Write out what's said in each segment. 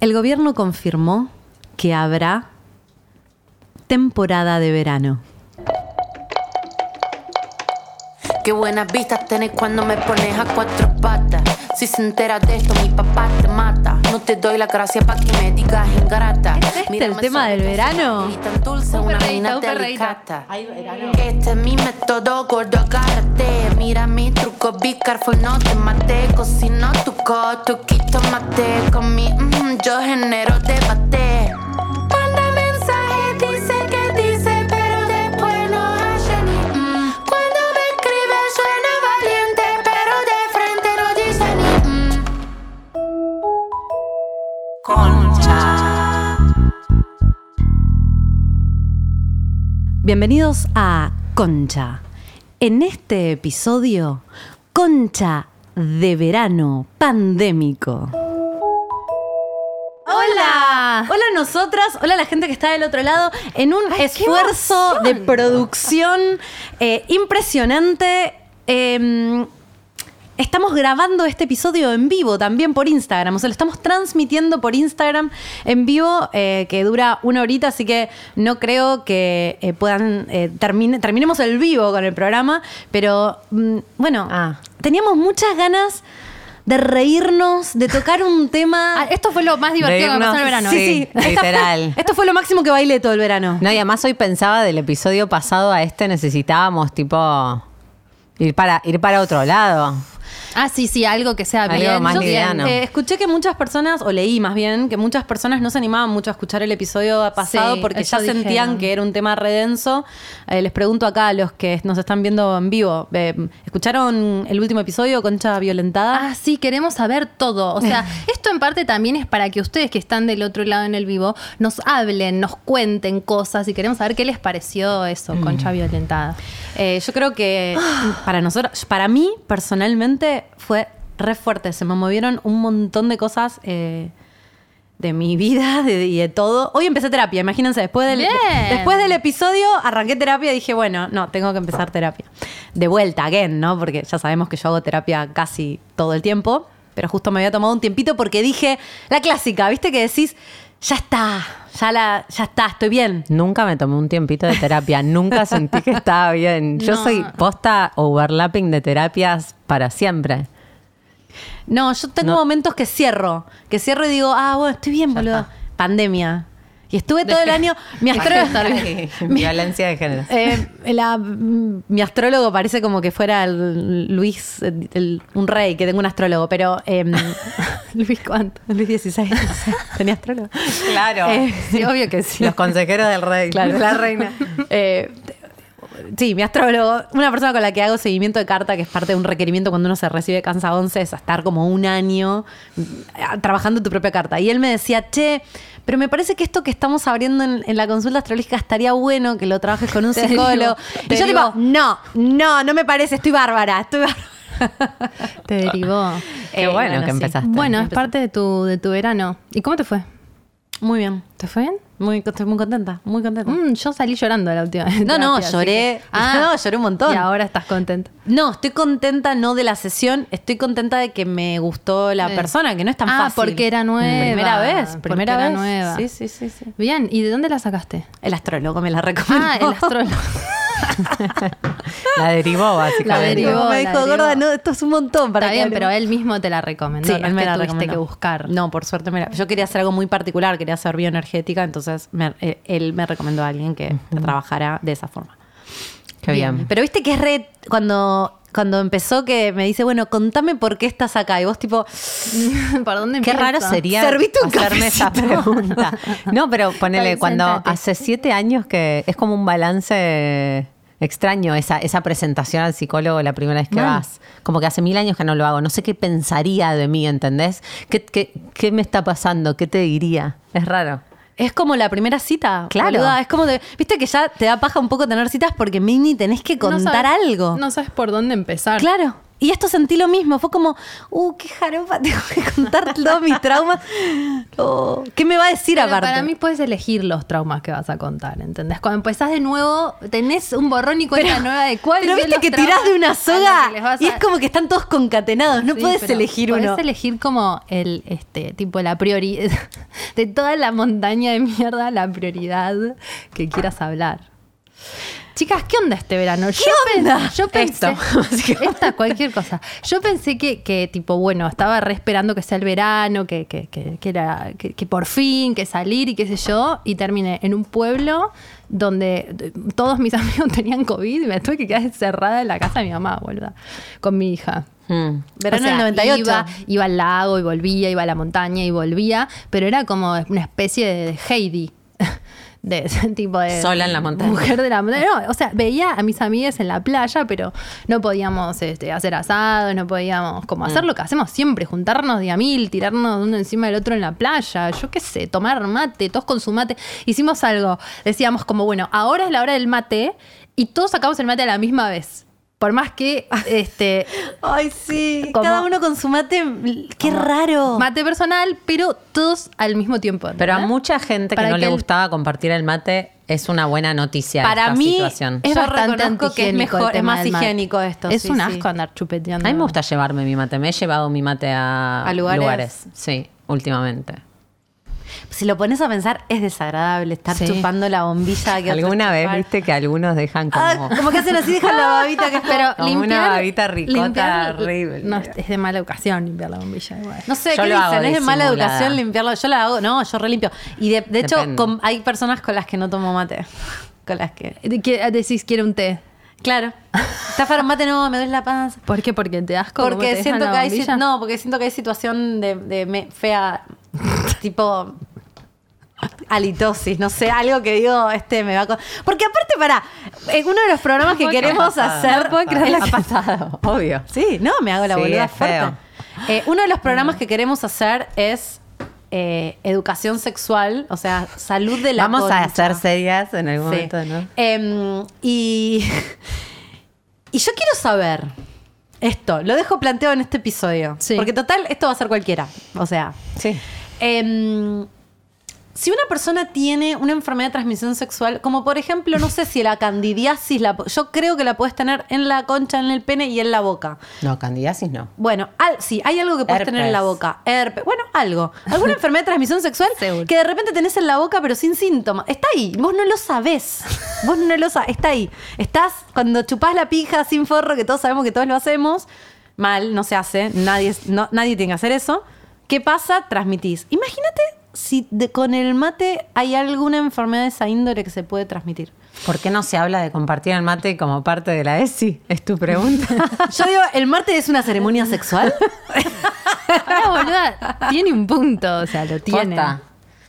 El gobierno confirmó que habrá temporada de verano. Qué buenas vistas tenés cuando me pones a cuatro patas. Si se entera de esto, mi papá te mata. No te doy la gracia pa' que me digas ingrata. ¿Es este el tema del verano? Tan dulce, Un una perreíto, mina un perreíto. delicata. Hay verano. Este es mi método, gordo, agárrate. Mira mi truco, be careful, no te mate. Cocino tu coto, quito mate. Con mi mm, yo genero debate. Manda mensajes, dice que dice, pero después no hace ni. mm. Cuando me escribe suena valiente, pero de frente no dice ni. mm. Concha. Bienvenidos a Concha. En este episodio, Concha de verano pandémico. ¡Hola! Hola a nosotras, hola a la gente que está del otro lado, en un esfuerzo de producción eh, impresionante. Eh, Estamos grabando este episodio en vivo también por Instagram, o sea, lo estamos transmitiendo por Instagram en vivo, eh, que dura una horita, así que no creo que eh, puedan, eh, termine- terminemos el vivo con el programa, pero mm, bueno, Ah. teníamos muchas ganas de reírnos, de tocar un tema... Ah, esto fue lo más divertido que me pasó en el Reírnos, verano. ¿eh? sí. Esta fue- literal. esto fue lo máximo que bailé todo el verano. No, y además hoy pensaba del episodio pasado a este necesitábamos tipo ir para ir para otro lado. Ah, sí, sí, algo que sea Algo bien. más yo- Bien, liviano. eh, escuché que muchas personas, o leí más bien, que muchas personas no se animaban mucho a escuchar el episodio pasado Sí, porque eso ya sentían dijeron. que era un tema redenso. les pregunto acá a los que nos están viendo en vivo, eh, ¿escucharon el último episodio, Concha Violentada? Ah, sí, queremos saber todo. O sea, esto en parte también es para que ustedes que están del otro lado en el vivo nos hablen, nos cuenten cosas y queremos saber qué les pareció eso, Mm. concha violentada. Eh, yo creo que para nosotros, para mí personalmente fue re fuerte, se me movieron un montón de cosas. eh, de mi vida de- y de todo. Hoy empecé terapia, imagínense, después del, Bien. después del episodio arranqué terapia y dije, bueno, no, tengo que empezar terapia. De vuelta, again, ¿no? Porque ya sabemos que yo hago terapia casi todo el tiempo, pero justo me había tomado un tiempito porque dije, la clásica, ¿viste? Que decís, ya está, ya, la, ya está, estoy bien. Nunca me tomé un tiempito de terapia, nunca sentí que estaba bien. Yo No. soy posta overlapping de terapias para siempre. No, yo tengo No. momentos que cierro, que cierro y digo, ah, bueno, estoy bien, boludo. está. Pandemia. Y estuve todo el año, mi astrólogo, mi- Violencia de género. Eh, la- mm, mi astrólogo parece como que fuera el Luis, el- el- un rey, que tengo un astrólogo, pero em, Luis, ¿cuánto? Luis XVI tenía astrólogo. Claro. Eh, Sí, obvio que sí. Los consejeros del rey, Claro. la reina. Eh, te- sí, mi astrólogo, una persona con la que hago seguimiento de carta, que es parte de un requerimiento cuando uno se recibe Cansa 11, es estar como un año mm, a- trabajando tu propia carta. Y él me decía, che, pero me parece que esto que estamos abriendo en, en la consulta astrológica estaría bueno que lo trabajes con un Te psicólogo. digo, te y yo digo. digo, no, no, no me parece, estoy bárbara, estoy bárbara. Te derivó. Qué Eh, bueno bueno, que sí. empezaste. Bueno, es parte de tu, de tu verano. ¿Y cómo te fue? Muy bien, ¿Te fue bien? muy, estoy muy contenta, muy contenta. Mm, yo salí llorando la última vez. No, no, lloré. No, lloré un montón. Ah, Y ahora estás contenta. No, estoy contenta no de la sesión, estoy contenta de que me gustó la Sí. persona, que no es tan Ah, fácil. porque era nueva, Primera vez, porque primera era vez. nueva. Sí, sí, sí, sí. Bien, ¿y de dónde la sacaste? El astrólogo me la recomendó. Ah, el astrólogo. La derivó, básicamente. La Me derivó. dijo, me la dijo, derivó. gorda, no, esto es un montón para Está que bien, hable". pero él mismo te la recomendó. Sí, no él es me que la tuviste recomendó. que buscar. No, por suerte me la- Yo quería hacer algo muy particular, quería ser bioenergética, entonces me- eh, él me recomendó a alguien que trabajara de esa forma. Qué bien. Pero viste que es re. Cuando, cuando empezó, que me dice, bueno, contame por qué estás acá. Y vos, tipo, ¿Por dónde Qué empiezo? raro sería Servite un hacerme esa cafecito. pregunta. No, pero ponele, Dale, cuando sentate. hace siete años que es como un balance extraño esa, esa presentación al psicólogo la primera vez que Mal. vas. Como que hace mil años que no lo hago. No sé qué pensaría de mí, ¿entendés? ¿Qué, qué, qué me está pasando? ¿Qué te diría? Es raro. Es como la primera cita. Claro. boluda. Es como, te- viste que ya te da paja un poco tener citas porque mini tenés que No contar sabes- algo. No sabes por dónde empezar. Claro. Y esto sentí lo mismo. Fue como, uh, qué jaropa, tengo que contar todos mis traumas. Oh, ¿Qué me va a decir Pero aparte? para mí puedes elegir los traumas que vas a contar, ¿entendés? Cuando empezás de nuevo, tenés un borrón y cuenta nueva de cuál Pero de viste los que tirás traumas de una a los soga que les vas y a- es como que están todos concatenados. No Sí, puedes pero elegir uno. Podés elegir como el, este, tipo la prioridad. de toda la montaña de mierda la prioridad que quieras hablar. Chicas, ¿qué onda este verano? yo, pen- yo pensé. Esto, básicamente. esta, cualquier cosa. Yo pensé que, que, tipo, bueno, estaba re esperando que sea el verano, que, que, que, que era, que, que por fin, que salir y qué sé yo. Y terminé en un pueblo donde d- todos mis amigos tenían COVID y me tuve que quedar encerrada en la casa de mi mamá, boluda, con mi hija. Mm. Verano del 98. Iba, iba al lago y volvía, iba a la montaña y volvía, pero era como una especie de Heidi. De ese tipo de. Sola en la montaña. Mujer de la montaña. No, o sea, veía a mis amigas en la playa, pero no podíamos este, hacer asados, no podíamos como Mm. hacer lo que hacemos siempre, juntarnos de a mil, tirarnos uno encima del otro en la playa, yo qué sé, tomar mate, todos con su mate. Hicimos algo, decíamos como, bueno, ahora es la hora del mate y todos sacamos el mate a la misma vez. Por más que este, Ay, sí. Como- Ah. Cada uno con su mate. Qué raro. Mate personal, pero todos al mismo tiempo. ¿entendés? Pero a mucha gente que Para no le que el- gustaba compartir el mate es una buena noticia Para esta mí, situación. Yo es bastante reconozco que es antihigiénico mejor- el es tema más del mate. higiénico esto, Es sí, un sí. asco andar chupeteando. A mí me gusta llevarme mi mate. Me he llevado mi mate a, ¿A lugares? Sí, últimamente. Si lo pones a pensar, es desagradable estar Sí. chupando la bombilla que otros ¿Alguna vez chupan. viste que algunos dejan como... Ah, como que hacen así, dejan la babita que Pero Como limpiar, una babita ricota limpiar- horrible. No, es de mala educación limpiar la bombilla igual. No sé, Yo ¿qué lo hago dicen? Es de mala disimulada. educación limpiarlo. Yo la hago, no, yo relimpio. Y de, de hecho, Depende. con- hay personas con las que no tomo mate. Con las que. De que- Decís quiero un té. Claro. Está para mate, no, me duele la panza. ¿Por qué? Porque te das como te Porque dejan siento la que hay si- bombilla. no, porque siento que hay situación de, de me- fea, tipo halitosis, no sé, algo que digo, este me va a co- Porque aparte, para, en uno de los programas que queremos hacer. Ha pasado, obvio. Sí, no, me hago la Sí, boluda es feo. Mm. fuerte. Eh, uno de los programas que queremos hacer es eh, educación sexual, o sea, salud de la Vamos concha. a hacer serias en algún Sí. momento, ¿no? Em, y, y yo quiero saber esto, lo dejo planteado en este episodio. Sí. Porque total, esto va a ser cualquiera. O sea, Sí. em, si una persona tiene una enfermedad de transmisión sexual, como por ejemplo, no sé si la candidiasis, la po- yo creo que la puedes tener en la concha, en el pene y en la boca. No, candidiasis no. Bueno, al- sí, hay algo que puedes tener en la Herpes. boca. Herpes. Bueno, algo. Alguna enfermedad de transmisión sexual Seguro. que de repente tenés en la boca pero sin síntomas. Está ahí. Vos no lo sabés. Vos no lo sabés. Está ahí. Estás cuando chupás la pija sin forro, que todos sabemos que todos lo hacemos. Mal, no se hace. Nadie, no- nadie tiene que hacer eso. ¿Qué pasa? Transmitís. Imagínate si de- con el mate hay alguna enfermedad de esa índole que se puede transmitir. ¿Por qué no se habla de compartir el mate como parte de la E ESI? Es tu pregunta. Yo digo, ¿el mate es una ceremonia sexual? Ahora, Ah, boluda, tiene un punto, o sea, lo tiene. Posta.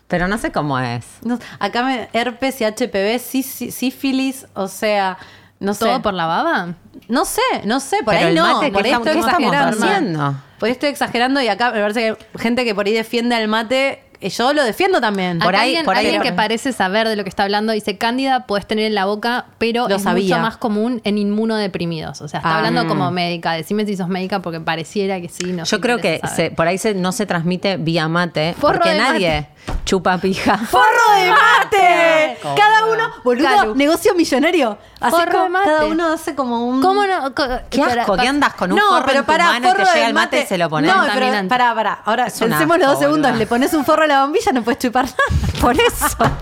Pero no sé cómo es. No, acá me, herpes y HPV, sí, sí, sífilis, o sea, no sé. ¿Todo por la baba? No sé, no sé, por Pero ahí el no, mate, ¿qué por ahí estamos- estoy qué estamos exagerando. haciendo? Por ahí estoy exagerando y acá me parece que hay gente que por ahí defiende al mate, eh, yo lo defiendo también. Por Acá ahí- alguien, por ahí- alguien pero- que parece saber de lo que está hablando dice, Cándida puedes tener en la boca, pero Lo es sabía. mucho más común en inmunodeprimidos. O sea, está Ah. hablando como médica. Decime si sos médica porque pareciera que sí. nos Mm. Yo creo que interesa se- saber. por ahí se- no se transmite vía mate, Forro porque de mate. nadie chupa pija. ¡Forro de mate! asco, Cada uno, boludo, Calu. negocio millonario. Así Forro como de mate. Cada uno hace como un... ¿Cómo no? Co- Mm. Qué para- asco, pa- ¿qué andas con un no, forro pero en tu para mano y te forro llega del el mate, y se lo pones? No, pero Contaminante. pará, pará. Ahora, Es un pensemos los asco, dos segundos. boluda. Le pones un forro a la bombilla, no puedes chupar nada. Por eso.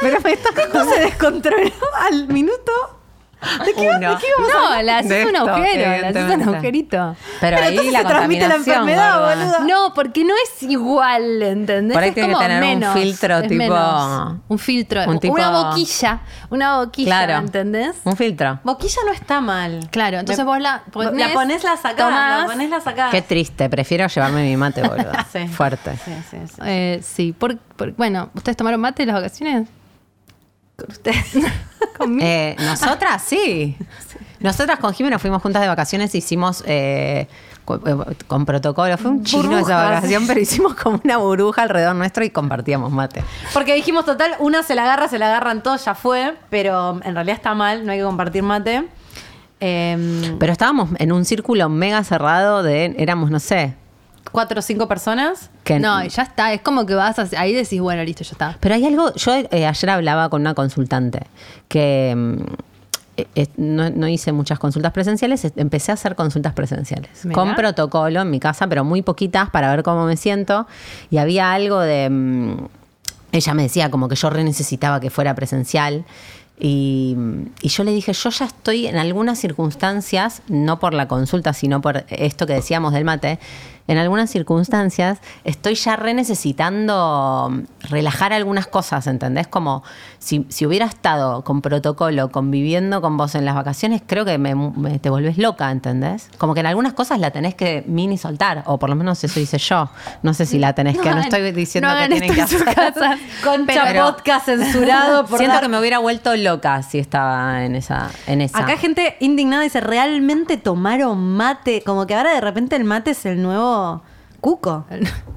pero me estás Esto se descontroló al minuto. ¿De qué, Uno. de qué íbamos a No, hablar? le haces De un esto, agujero, le haces un evidentemente. agujerito. Pero, Pero ahí entonces la se transmite la contaminación, enfermedad, gorda. boluda. No, porque no es igual, ¿entendés? Por ahí Es tiene que como tener un menos, filtro es tipo- menos. Un filtro, un tipo- una boquilla, una boquilla, Claro. ¿entendés? Un filtro. Boquilla no está mal. Claro, entonces vos la ponés, la pones, la sacás. tomás. La pones, la sacás. Qué triste, prefiero llevarme mi mate, boludo. Sí. Fuerte. Sí, sí, sí. Eh, sí, por, por- bueno, ¿ustedes tomaron mate en las vacaciones? Conmigo. Eh, Nosotras sí. Nosotras con Jimena fuimos juntas de vacaciones, hicimos eh, co- eh, con, protocolo. Fue un chino esa Burbujas. vacación, pero hicimos como una burbuja alrededor nuestro y compartíamos mate. Porque dijimos, total, una se la agarra, se la agarran todos, ya fue. Pero en realidad está mal, no hay que compartir mate. Em, Pero estábamos en un círculo mega cerrado de, éramos, no sé, cuatro o cinco personas. que No, ya está, es como que vas, a- ahí decís, bueno, listo, ya está. Pero hay algo, yo eh, ayer hablaba con una consultante que mm, eh, eh, no, no hice muchas consultas presenciales, eh, empecé a hacer consultas presenciales. Mirá. Con protocolo en mi casa, pero muy poquitas para ver cómo me siento. Y había algo de... mm, ella me decía como que yo re necesitaba que fuera presencial. Y, y yo le dije, yo ya estoy en algunas circunstancias, no por la consulta, sino por esto que decíamos del mate, en algunas circunstancias estoy ya re necesitando mm, relajar algunas cosas, ¿entendés? Como si, si hubiera estado con protocolo, conviviendo con vos en las vacaciones, creo que me- me- te volvés loca, ¿entendés? Como que en algunas cosas la tenés que mini soltar, o por lo menos eso hice yo. No sé si la tenés que, no hagan- estoy diciendo no que hagan tienen esto que en sus hacer. casas. Concha Pero- podcast censurado por Siento dar- que me hubiera vuelto loca si estaba en esa. En esa. Acá gente indignada dice, realmente tomaron mate. Como que ahora de repente el mate es el nuevo cuco.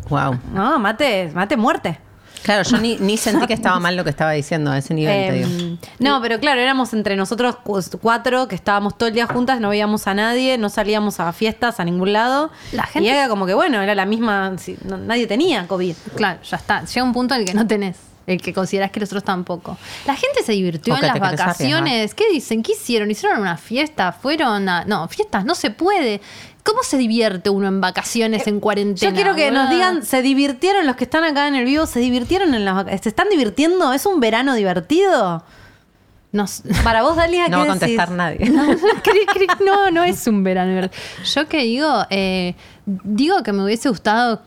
wow. No, mate, mate muerte. Claro, yo ni, ni sentí que estaba mal lo que estaba diciendo a ese nivel. te digo. Em, no, pero claro, éramos entre nosotros cu- cuatro que estábamos todo el día juntas, no veíamos a nadie, no salíamos a fiestas a ningún lado. La gente- Y era como que bueno, era la misma, si- no- nadie tenía COVID. Claro, ya está. Llega un punto en el que no tenés, el que considerás que nosotros tampoco. La gente se divirtió O en que las te querés vacaciones. ¿Qué dicen? ¿Qué hicieron? ¿Hicieron una fiesta? ¿Fueron a.? No, fiestas no se puede. ¿Cómo se divierte uno en vacaciones, en cuarentena? Eh, Yo quiero que boluda? nos digan, ¿se divirtieron los que están acá en el vivo? ¿Se divirtieron en las vaca- ¿Se están divirtiendo? ¿Es un verano divertido? Nos- Para vos, Dalia, no va ¿qué a contestar decís? nadie. Cric, cric, no, no es un verano. de verdad. Yo que digo, eh, digo que me hubiese gustado.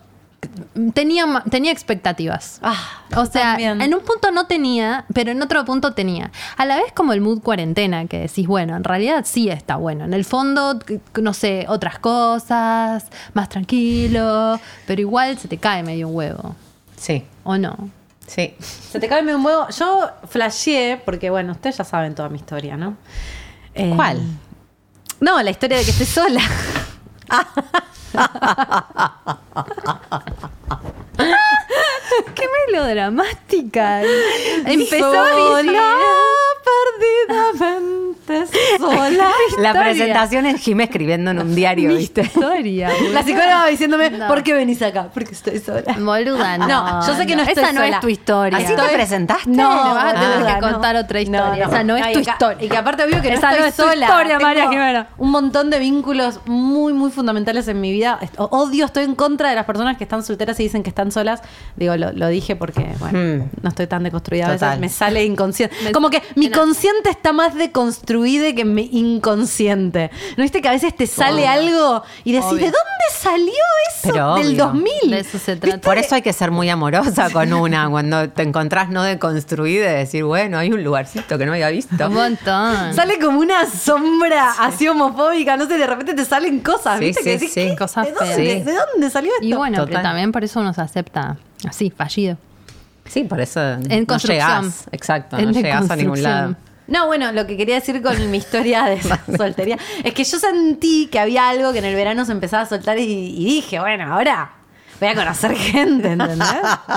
Tenía, ma- tenía expectativas. Ah, o sea, también. en un punto no tenía, pero en otro punto tenía. A la vez como el mood cuarentena, que decís, bueno, en realidad sí está bueno. En el fondo, c- no sé, otras cosas, más tranquilo, pero igual se te cae medio un huevo, Sí, ¿o no? sí. Se te cae medio un huevo. Yo flasheé, porque bueno, ustedes ya saben toda mi historia, ¿no? Eh, ¿Cuál? No, la historia de que estoy sola. ¡Qué melodramática! Empezó sola, bien. "Ah, perdidamente sola. La Historia. presentación es Jimé escribiendo en un diario, ¿viste? Historia. La psicóloga diciéndome, No. ¿por qué venís acá? Porque estoy sola. Boluda, no. No, yo sé que no estoy Esa no sola. es tu historia. ¿Así te Estoy- presentaste? No, Le vas a tener boluda, que contar no. otra historia. No, no. Esa Ah, no es Ay, tu y ca- historia. Y que aparte obvio que Esa no no estoy es tu sola. historia, Tengo María Jimena. Un montón de vínculos muy, muy fundamentales en mi vida. Est- Odio, estoy en contra de las personas que están solteras y dicen que están solas. Digo, lo, lo dije porque, bueno, Mm. no estoy tan deconstruida. A veces Total. me sale inconsciente. Hmm. Me- Como que mi me nace. consciente está más deconstruida que mi inconsciente. ¿No viste que a veces te sale algo y decís, Obvio. ¿de dónde salió eso? Pero Del obvio. 2000. De eso se trata. Por eso hay que ser muy amorosa con una cuando te encontrás no deconstruida y decir, bueno, hay un lugarcito que no había visto. Un montón. Sale como una sombra así homofóbica, no sé, de repente te salen cosas, Sí, ¿viste? que sí, decís, sí, ¿qué? cosas ¿De dónde, feas. ¿De dónde salió esto? Y bueno, pero Total. también por eso nos acepta así, fallido. Sí, por eso En no construcción. llegás. Exacto, En no llegás a ningún lado. deconstrucción. No, bueno, lo que quería decir con mi historia de esa soltería es que yo sentí que había algo que en el verano se empezaba a soltar y, y dije, bueno, ahora voy a conocer gente, ¿entendés?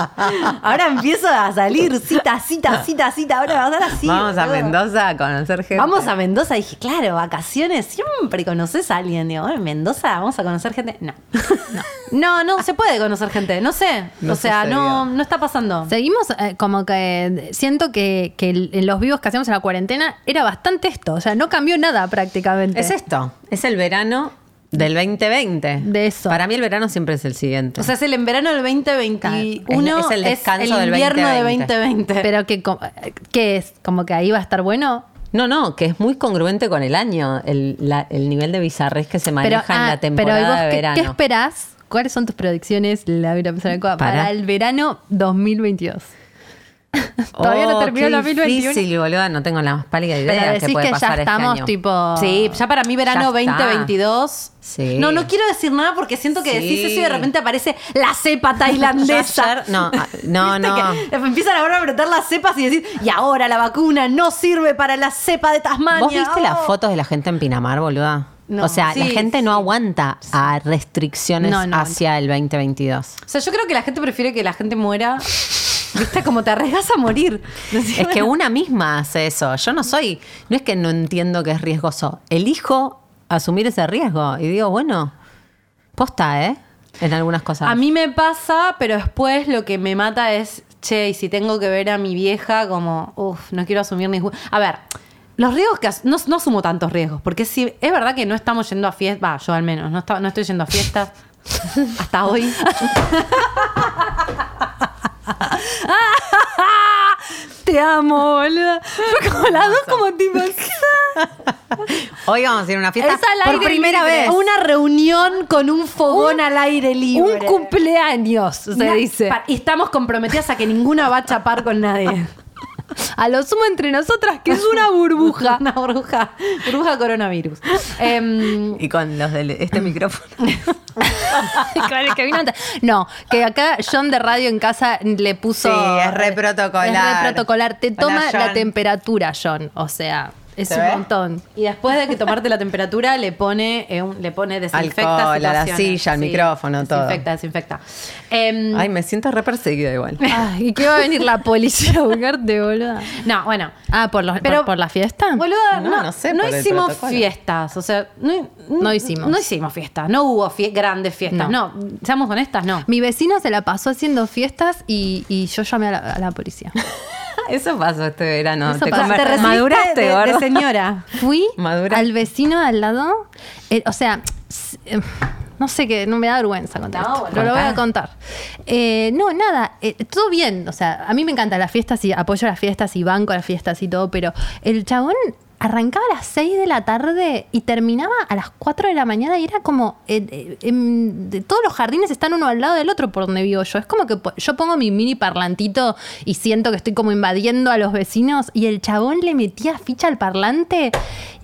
Ahora empiezo a salir cita, cita, cita, cita, ahora vas a dar así. Vamos a boludo. Mendoza a conocer gente. Vamos a Mendoza, dije, claro, vacaciones, siempre conoces a alguien. Digo, bueno, en Mendoza vamos a conocer gente. No. No, no, se puede conocer gente, no sé. No o sea, sucedió. no, no está pasando. Seguimos eh, como que siento que, que el- en los vivos que hacíamos en la cuarentena era bastante esto. O sea, no cambió nada prácticamente. Es esto, es el verano del 2020. De eso. Para mí el verano siempre es el siguiente. O sea, es el en verano del 2021, Es- es el descanso del invierno de 2020. 2020. Pero que, co- eh, ¿qué es? Como que ahí va a estar bueno. no, no, que es muy congruente con el año, el, la- el nivel de bizarrés que se maneja en la ah, pero, ¿y temporada vos de qué- verano. ¿qué, esperás? ¿Cuáles son tus predicciones, la vida personal, para, Pará. el verano 2022? Todavía no Oh, terminó el qué 2021. difícil, boluda, no tengo la más pálida idea Pero de qué decís puede que pasar ya este estamos año. tipo. Sí, ya para mí verano Ya está. 2022. Sí. No, no quiero decir nada porque siento que Sí. decís eso y de repente aparece la cepa tailandesa. Yo ayer- no, ah, no, ¿Viste no. que empiezan ahora a brotar las cepas y decís, y ahora la vacuna no sirve para la cepa de Tasmania. ¿Vos viste las Oh. fotos de la gente en Pinamar, boluda? No. o sea, la Sí, gente no aguanta a restricciones No, no. hacia el 2022. O sea, yo creo que la gente prefiere que la gente muera. ¿Viste? Como te arriesgas a morir. Decís, Es que bueno, una misma hace eso. Yo no soy, no es que no entiendo que es riesgoso. Elijo asumir ese riesgo y digo, bueno, posta, ¿eh? En algunas cosas. A mí me pasa, pero después lo que me mata es, che, y si tengo que ver a mi vieja, como, uff, no quiero asumir ningún. A ver, Los riesgos que as- no, no asumo tantos riesgos, porque si es verdad que no estamos yendo a fiestas, va, yo al menos, no, esta- no estoy yendo a fiestas hasta hoy. Te amo, boludo. Fue como las dos como tipo. Hoy vamos a hacer una fiesta Es al por aire primera libre. vez. Una reunión con un fogón al aire Un libre. cumpleaños, se Una- dice. pa- Y estamos comprometidas a que ninguna va a chapar con nadie. A lo sumo entre nosotras, que es una burbuja. Una burbuja. Burbuja coronavirus. Em, Y con los de este micrófono. Claro, el que vino antes. No, que acá John de Radio en casa le puso. Sí, es re protocolar. Es re protocolar. Te Hola, toma la John. temperatura, John. O sea, es ¿Se un ve? montón. y después de que tomarte la temperatura, le pone, eh, un- le pone desinfecta Alcohol, a la situaciones. silla, al micrófono, todo. Desinfecta, desinfecta. Em, Ay, me siento re perseguida igual. Ay, ¿y qué va a venir la policía a buscarte, boluda? no, bueno. Ah, por, los, Pero- por, por la fiesta. Boluda, no, No, no, no sé por el hicimos protocolo. fiestas. O sea, no, No hicimos. No hicimos fiestas. No hubo fie- grandes fiestas. No. No. seamos honestas, no. Mi vecino se la pasó haciendo fiestas y, y yo llamé a la, a la policía. Eso pasó este verano. Eso te pasó. conver- Te recibiste maduraste, de- de gordo. señora. Fui Madura. al vecino de al lado. eh, o sea, s- eh, no sé qué, no me da vergüenza contar. No, esto, bueno. pero lo voy a Contá. contar. Eh, no, nada, eh, todo bien. O sea, a mí me encantan las fiestas y apoyo las fiestas y banco las fiestas y todo, pero el chabón arrancaba a las 6 de la tarde y terminaba a las 4 de la mañana y era como. eh, eh, em, de- todos los jardines están uno al lado del otro por donde vivo yo. Es como que po- yo pongo mi mini parlantito y siento que estoy como invadiendo a los vecinos y el chabón le metía ficha al parlante.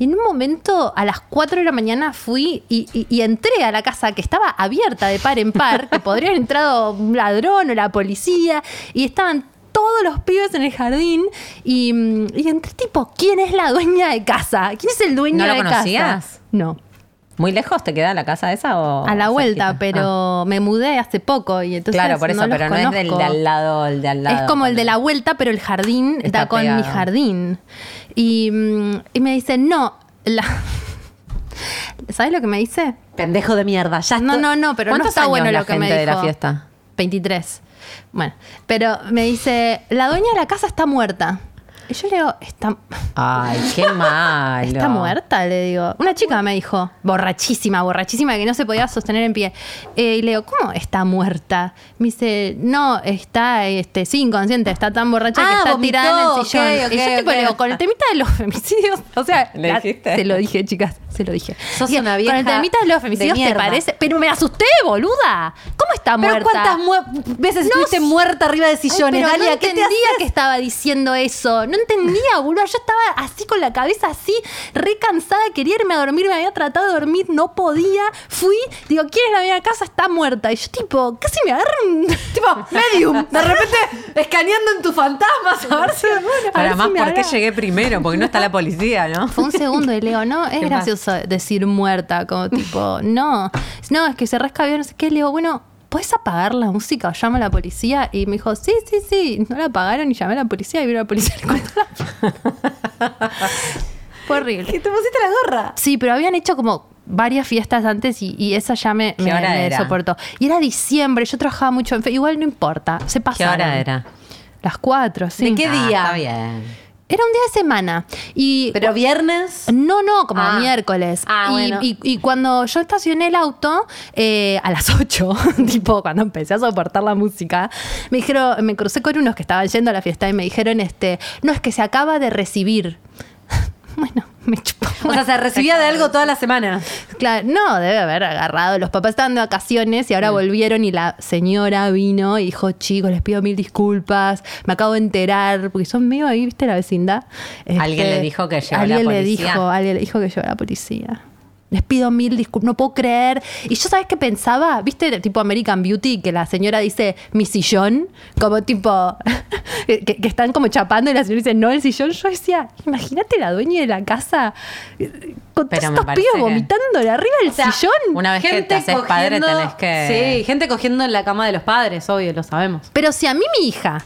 Y en un momento, a las 4 de la mañana fui y, y- y entré a la casa que estaba abierta de par en par, que podría haber entrado un ladrón o la policía, y estaban todos los pibes en el jardín y, mm, y entré tipo, ¿quién es la dueña de casa? ¿Quién es el dueño ¿No lo de casa? conocías? No, ¿Muy lejos te queda la casa esa o.? a la vuelta, cerquita? pero Ah, me mudé hace poco y entonces claro, por eso, los pero no es del conozco. de al lado, el de al lado. Es como el de la vuelta, pero el jardín Está da con mi pegado. jardín. Y, mm, y me dice, no, la... ¿sabes lo que me dice? Pendejo de mierda. Ya No, estoy- no, no, pero no ¿Cuántos está años bueno la lo que me gente dijo. de la fiesta? 23. Bueno, pero me dice, la dueña de la casa está muerta. Y yo le digo, está... Ay, qué malo. ¿Está muerta? Le digo. Una chica me dijo, borrachísima, borrachísima, que no se podía sostener en pie. Eh, y le digo, ¿cómo está muerta? Me dice, no, está este, sí, inconsciente, está tan borracha Ah, que está vomitó, tirada en el ok, sillón. y yo ok, tipo, ok. le digo, con el temita de los femicidios, o sea, ¿Le dijiste? se lo dije, chicas, se lo dije. Sos Dije, una Con el vieja temita de los de femicidios, ¿te mierda". parece? Pero me asusté, boluda. ¿Cómo está muerta? Pero cuántas mu- veces No estuviste sé. muerta arriba de Ay, sillones, pero Dalia, no ¿qué te entendía haces? que estaba diciendo eso. No entendía, boludo. Yo estaba así con la cabeza así, re cansada, quería irme a dormir, me había tratado de dormir, no podía. Fui, digo, ¿quién es la mía de casa? Está muerta. Y yo tipo, casi me agarro un tipo medium. De repente, escaneando en tus fantasmas a ver si... A ver Para si más, me ¿por qué habrá- llegué primero? Porque no está la policía, ¿no? Fue un segundo y le digo, no, es ¿Qué más? gracioso decir muerta, como tipo, no, no, es que se rescabió, no sé qué. Le digo, bueno, ¿puedes apagar la música o llamo a la policía? Y me dijo, sí, sí, sí. No la apagaron y llamé a la policía y vino la policía y le cortó la- Fue horrible. Y te pusiste la gorra. Sí, pero habían hecho como varias fiestas antes y, y esa ya me, ¿Qué me- hora me era? soportó. Y era diciembre, yo trabajaba mucho en fe- igual no importa, se pasaron. hora era? Las cuatro, sí. ¿De qué Ah, día? Está bien. Era un día de semana. Y Pero viernes... no, no, como Ah. miércoles. Ah, y, bueno. y- y cuando yo estacioné el auto eh, a las 8, tipo cuando empecé a soportar la música, me dijeron, me crucé con unos que estaban yendo a la fiesta y me dijeron, este, no, es que se acaba de recibir. bueno, me chupó. O sea, se recibía de algo toda la semana. Claro, no, debe haber agarrado. Los papás estaban de vacaciones y ahora volvieron y la señora vino y dijo, chicos, les pido mil disculpas, me acabo de enterar, porque son medio ahí, viste, la vecindad. Este, Alguien le dijo que llegó la alguien le policía. dijo, Alguien le dijo que llegó la policía. Les pido mil disculpas, no puedo creer. Y yo, ¿sabes qué pensaba? ¿Viste tipo American Beauty? Que la señora dice, mi sillón, como tipo, que, que están como chapando y la señora dice, no, el sillón. Yo decía, imagínate la dueña de la casa eh, Pero con todos me estos parece pibes que- vomitándole arriba del sillón. Una vez que te haces padre tenés que. Sí, gente cogiendo en la cama de los padres, obvio, lo sabemos. Pero si a mí mi hija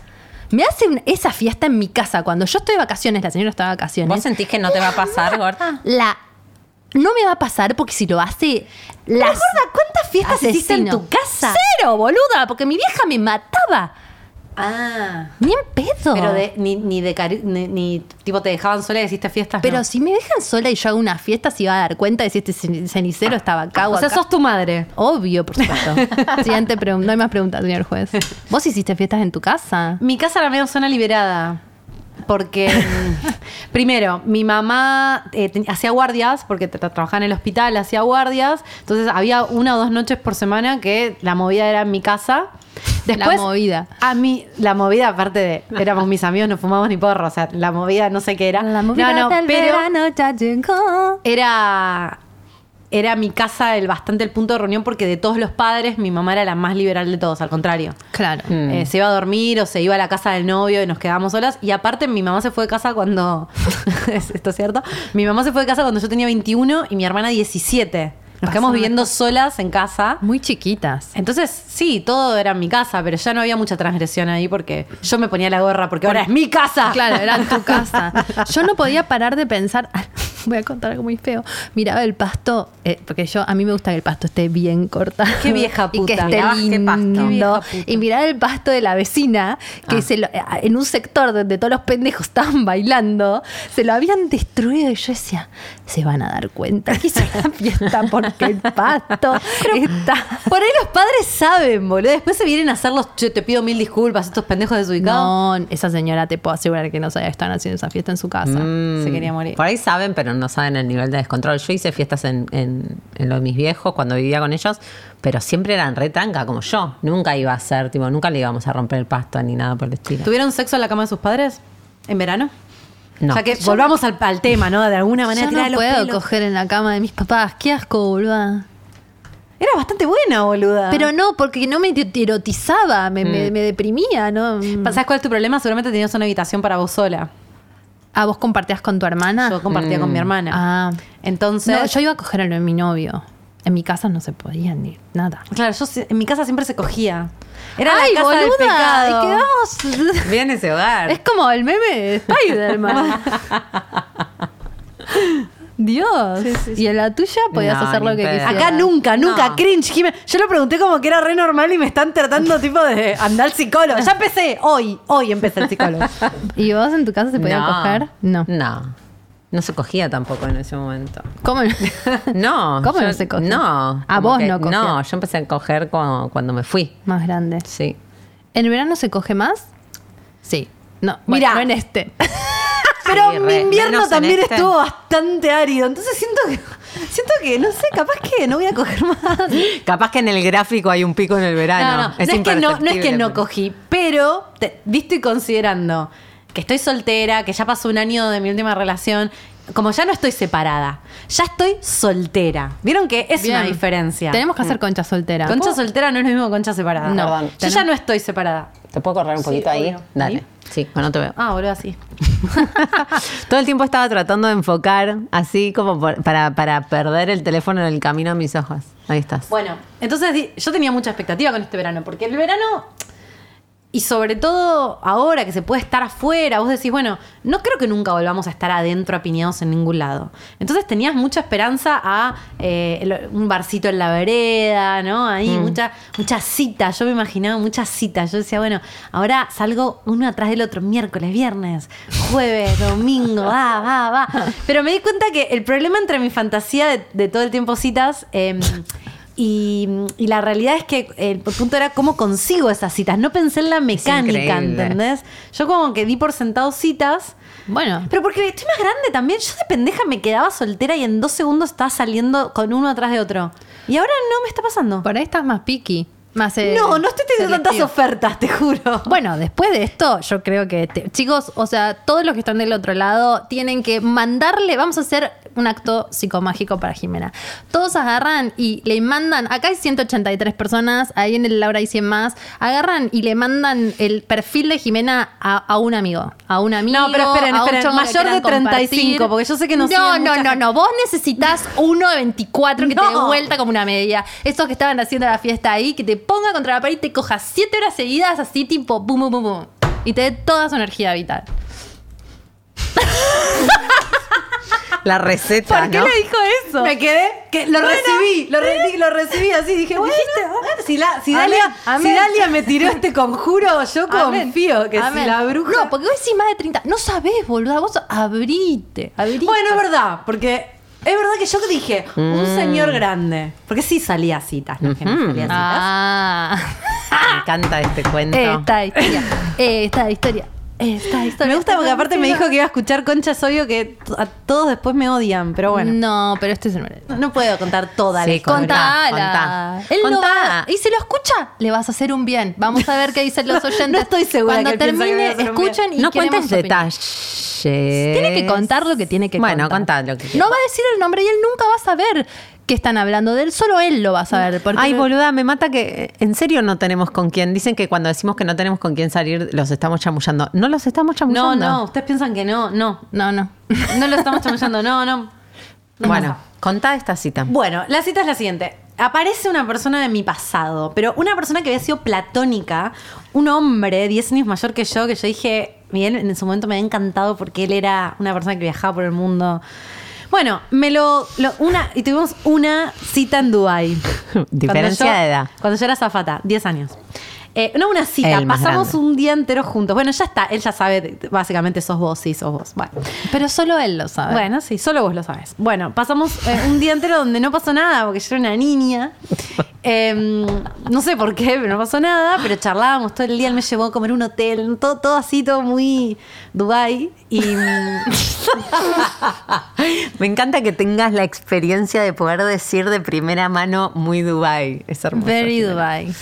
me hace un- esa fiesta en mi casa cuando yo estoy de vacaciones, la señora está de vacaciones. ¿Vos sentís que no te va a pasar, gorda? la no me va a pasar porque si lo hace las gorda, ¿cuántas fiestas hiciste en tu casa? Cero, boluda, porque mi vieja me mataba. Ah. Ni en pedo. Pero de- ni, ni de cari- ni, ni- tipo te dejaban sola y hiciste fiestas. Pero no. si me dejan sola y yo hago una fiesta, se va a dar cuenta de si este cen- cenicero estaba acá o, o sea, acá. sos tu madre. Obvio, por supuesto. Siguiente pregunta. No hay más preguntas, señor juez. ¿Vos hiciste fiestas en tu casa? Mi casa era medio zona liberada. Porque, mm, primero, mi mamá eh, te- hacía guardias, porque tra- trabajaba en el hospital, hacía guardias. Entonces había una o dos noches por semana que la movida era en mi casa. Después, La movida. A mí, la movida, aparte de, éramos mis amigos, no fumábamos ni porro, o sea, la movida no sé qué era. no, no, pero ya llegó. era era mi casa el bastante el punto de reunión porque de todos los padres mi mamá era la más liberal de todos, al contrario. Claro. Eh, se iba a dormir o se iba a la casa del novio y nos quedábamos solas. Y aparte mi mamá se fue de casa cuando... ¿Es ¿Esto es cierto? Mi mamá se fue de casa cuando yo tenía 21 y mi hermana 17. Nos quedamos viviendo solas en casa. Muy chiquitas. Entonces, sí, todo era en mi casa, pero ya no había mucha transgresión ahí porque yo me ponía la gorra porque ahora es mi casa. Claro, era en tu casa. Yo no podía parar de pensar. Voy a contar algo muy feo. Miraba el pasto, eh, porque yo a mí me gusta que el pasto esté bien cortado. Qué vieja Y que puta. esté Mirabas qué pasto. lindo. Qué vieja puta. Y miraba el pasto de la vecina, que se lo- eh, en un sector donde todos los pendejos estaban bailando, se lo habían destruido. Y yo decía, se van a dar cuenta que hice una fiesta porque el pasto está. Por ahí los padres saben, boludo. Después se vienen a hacer los, "Che, te pido mil disculpas, estos pendejos desubicados. No, esa señora te puedo asegurar que no sabía que estaban haciendo esa fiesta en su casa. Se Mm, quería morir. Por ahí saben, pero no saben el nivel de descontrol. Yo hice fiestas en, en- en lo de mis viejos cuando vivía con ellos, pero siempre eran re tranca como yo. Nunca iba a ser, tipo, nunca le íbamos a romper el pasto ni nada por el estilo. ¿Tuvieron sexo en la cama de sus padres? ¿En verano? O No. sea que volvamos al, al tema, ¿no? De alguna manera Yo tirar no los puedo pelos. coger en la cama de mis papás. Qué asco, boluda. Era bastante buena, boluda. Pero no, porque no me erotizaba, me, me- Mm. me deprimía, ¿no? ¿Sabes cuál es tu problema? Seguramente tenías una habitación para vos sola. ¿A vos compartías con tu hermana? Yo compartía con mi hermana. Ah. Entonces. No, yo iba a coger a lo de mi novio. En mi casa no se podía ni nada. Claro, yo se- en mi casa siempre se cogía. Era ¡Ay, la casa del boluda! pecado. Y quedamos- Bien ese hogar. Es como el meme de Spider-Man. Dios. Y en la tuya podías No, hacer lo ni que pedo. quisieras. Acá nunca, nunca, No. cringe, Jimé. Yo lo pregunté como que era re normal y me están tratando tipo de andar al psicólogo. Ya empecé, hoy, hoy empecé el psicólogo. ¿Y vos en tu casa se podía No. coger? No. No. No se cogía tampoco en ese momento. ¿Cómo no? No. ¿Cómo yo- no se cogía? No. A Ah, como vos que- no cogía. No, yo empecé a coger cuando, cuando me fui. Más grande. Sí. ¿En verano se coge más? Sí. No, Mirá. Mira. no en este. Pero Sí, mi re. invierno Menos en también este. estuvo bastante árido, entonces siento que, siento que, no sé, capaz que no voy a coger más. Ah, Capaz que en el gráfico hay un pico en el verano. No, no, no es, que no, no es que no imperceptible. cogí, pero te- visto y considerando que estoy soltera, que ya pasó un año de mi última relación, como ya no estoy separada, ya estoy soltera. ¿Vieron que es una Bien. diferencia? Tenemos que hacer concha soltera. Concha soltera no es lo mismo que concha separada. No, Perdón. yo ya tenemos- no estoy separada. ¿Te puedo correr un poquito ahí? obvio. Dale. Ahí. Sí, bueno, te veo. Ah, boludo, así. Todo el tiempo estaba tratando de enfocar, así como por- para, para perder el teléfono en el camino de mis ojos. Ahí estás. Bueno, entonces di- yo tenía mucha expectativa con este verano, porque el verano, y sobre todo ahora que se puede estar afuera, vos decís, bueno, no creo que nunca volvamos a estar adentro apiñados en ningún lado. Entonces tenías mucha esperanza a eh, el- un barcito en la vereda, ¿no? Ahí, mucha, mucha cita, yo me imaginaba muchas citas. Yo decía, bueno, ahora salgo uno atrás del otro, miércoles, viernes, jueves, domingo, va, va, va. Pero me di cuenta que el problema entre mi fantasía de, de todo el tiempo citas... em, y, y la realidad es que eh, el punto era cómo consigo esas citas. No pensé en la mecánica, increíble. ¿entendés? Yo como que di por sentado citas. Bueno, Pero porque estoy más grande también, yo de pendeja me quedaba soltera y en dos segundos estaba saliendo con uno atrás de otro. Y ahora no me está pasando. por ahí estás más piqui. Más, eh, No, no estoy teniendo tantas selectivo. ofertas, te juro. Bueno, después de esto, yo creo que, te- chicos, o sea, todos los que están del otro lado tienen que mandarle, vamos a hacer un acto psicomágico para Jimena. Todos agarran y le mandan, acá hay 183 personas, ahí en el Laura hay 100 más, agarran y le mandan el perfil de Jimena a, a un amigo, a un amigo. No, pero esperen, a un esperen, chongo que mayor de quieran compartir. 35, porque yo sé que no No, siguen no, mucha no, gente. no, vos necesitas uno de 24 que te dé No. vuelta como una media. Estos que estaban haciendo la fiesta ahí, que te ponga contra la pared y te coja siete horas seguidas así tipo bum bum bum bum. Y te dé toda su energía vital. La receta, ¿no? dijo eso. Me quedé, que lo recibí, lo, re- lo recibí así, dije, bueno, si, la, si, Amén, Dalia, amén. si Dalia me tiró este conjuro, yo Amén. confío que Amén. si la bruja... No, porque vos decís más de 30. No sabés, boluda. Vos abrite. abrite. Bueno, es verdad, porque es verdad que yo te dije, un señor grande, porque sí salía a citas, no es que no Mm. Ujú. salía a citas. Ah. Me encanta este cuento. Esta historia. Esta historia. Esta historia. Me gusta Esta porque aparte me historia. dijo que iba a escuchar Concha Soyo que t- a todos después me odian, pero bueno. No, pero este es el No, puedo contar toda la Sí, historia. Contá, Contala. contá. Él no Contá. va- Y si lo escucha, le vas a hacer un bien. Vamos a ver qué dicen los oyentes. No estoy segura Cuando que él piensa que le voy a termine, hacer un bien. escuchen y no queremos cuentes opinar. detalles. Tiene que contar lo que tiene que bueno, contar. contá lo que No va a decir el nombre y él nunca va a saber que están hablando de él. Solo él lo va a saber. Porque Ay, boluda, me mata que eh, en serio no tenemos con quién. Dicen que cuando decimos que no tenemos con quién salir, los estamos chamullando. No los estamos No, chamullando. no, ustedes piensan que no, no. No, no. No lo estamos chamullando, no, no. Bueno, contá esta cita. Bueno, la cita es la siguiente. Aparece una persona de mi pasado, pero una persona que había sido platónica, un hombre 10 años mayor que yo, que yo dije, Miguel, en su momento me había encantado porque él era una persona que viajaba por el mundo. Bueno, me lo, lo- una y tuvimos una cita en Dubai. Diferencia Cuando yo- de edad. Cuando yo era zafata, 10 años. Eh, no una cita, Él más pasamos grande. un día entero juntos. Bueno, ya está, él ya sabe, básicamente sos vos, sí, sos vos. Bueno. Pero solo él lo sabe. Bueno, sí, solo vos lo sabes. Bueno, pasamos eh, un día entero donde no pasó nada, porque yo era una niña. Em, no sé por qué, pero no pasó nada, pero charlábamos todo el día, él me llevó a comer un hotel, todo, todo así, todo muy Dubai. Y mm, Me encanta que tengas la experiencia de poder decir de primera mano muy Dubai. Es hermoso. Very Jimena. Dubai.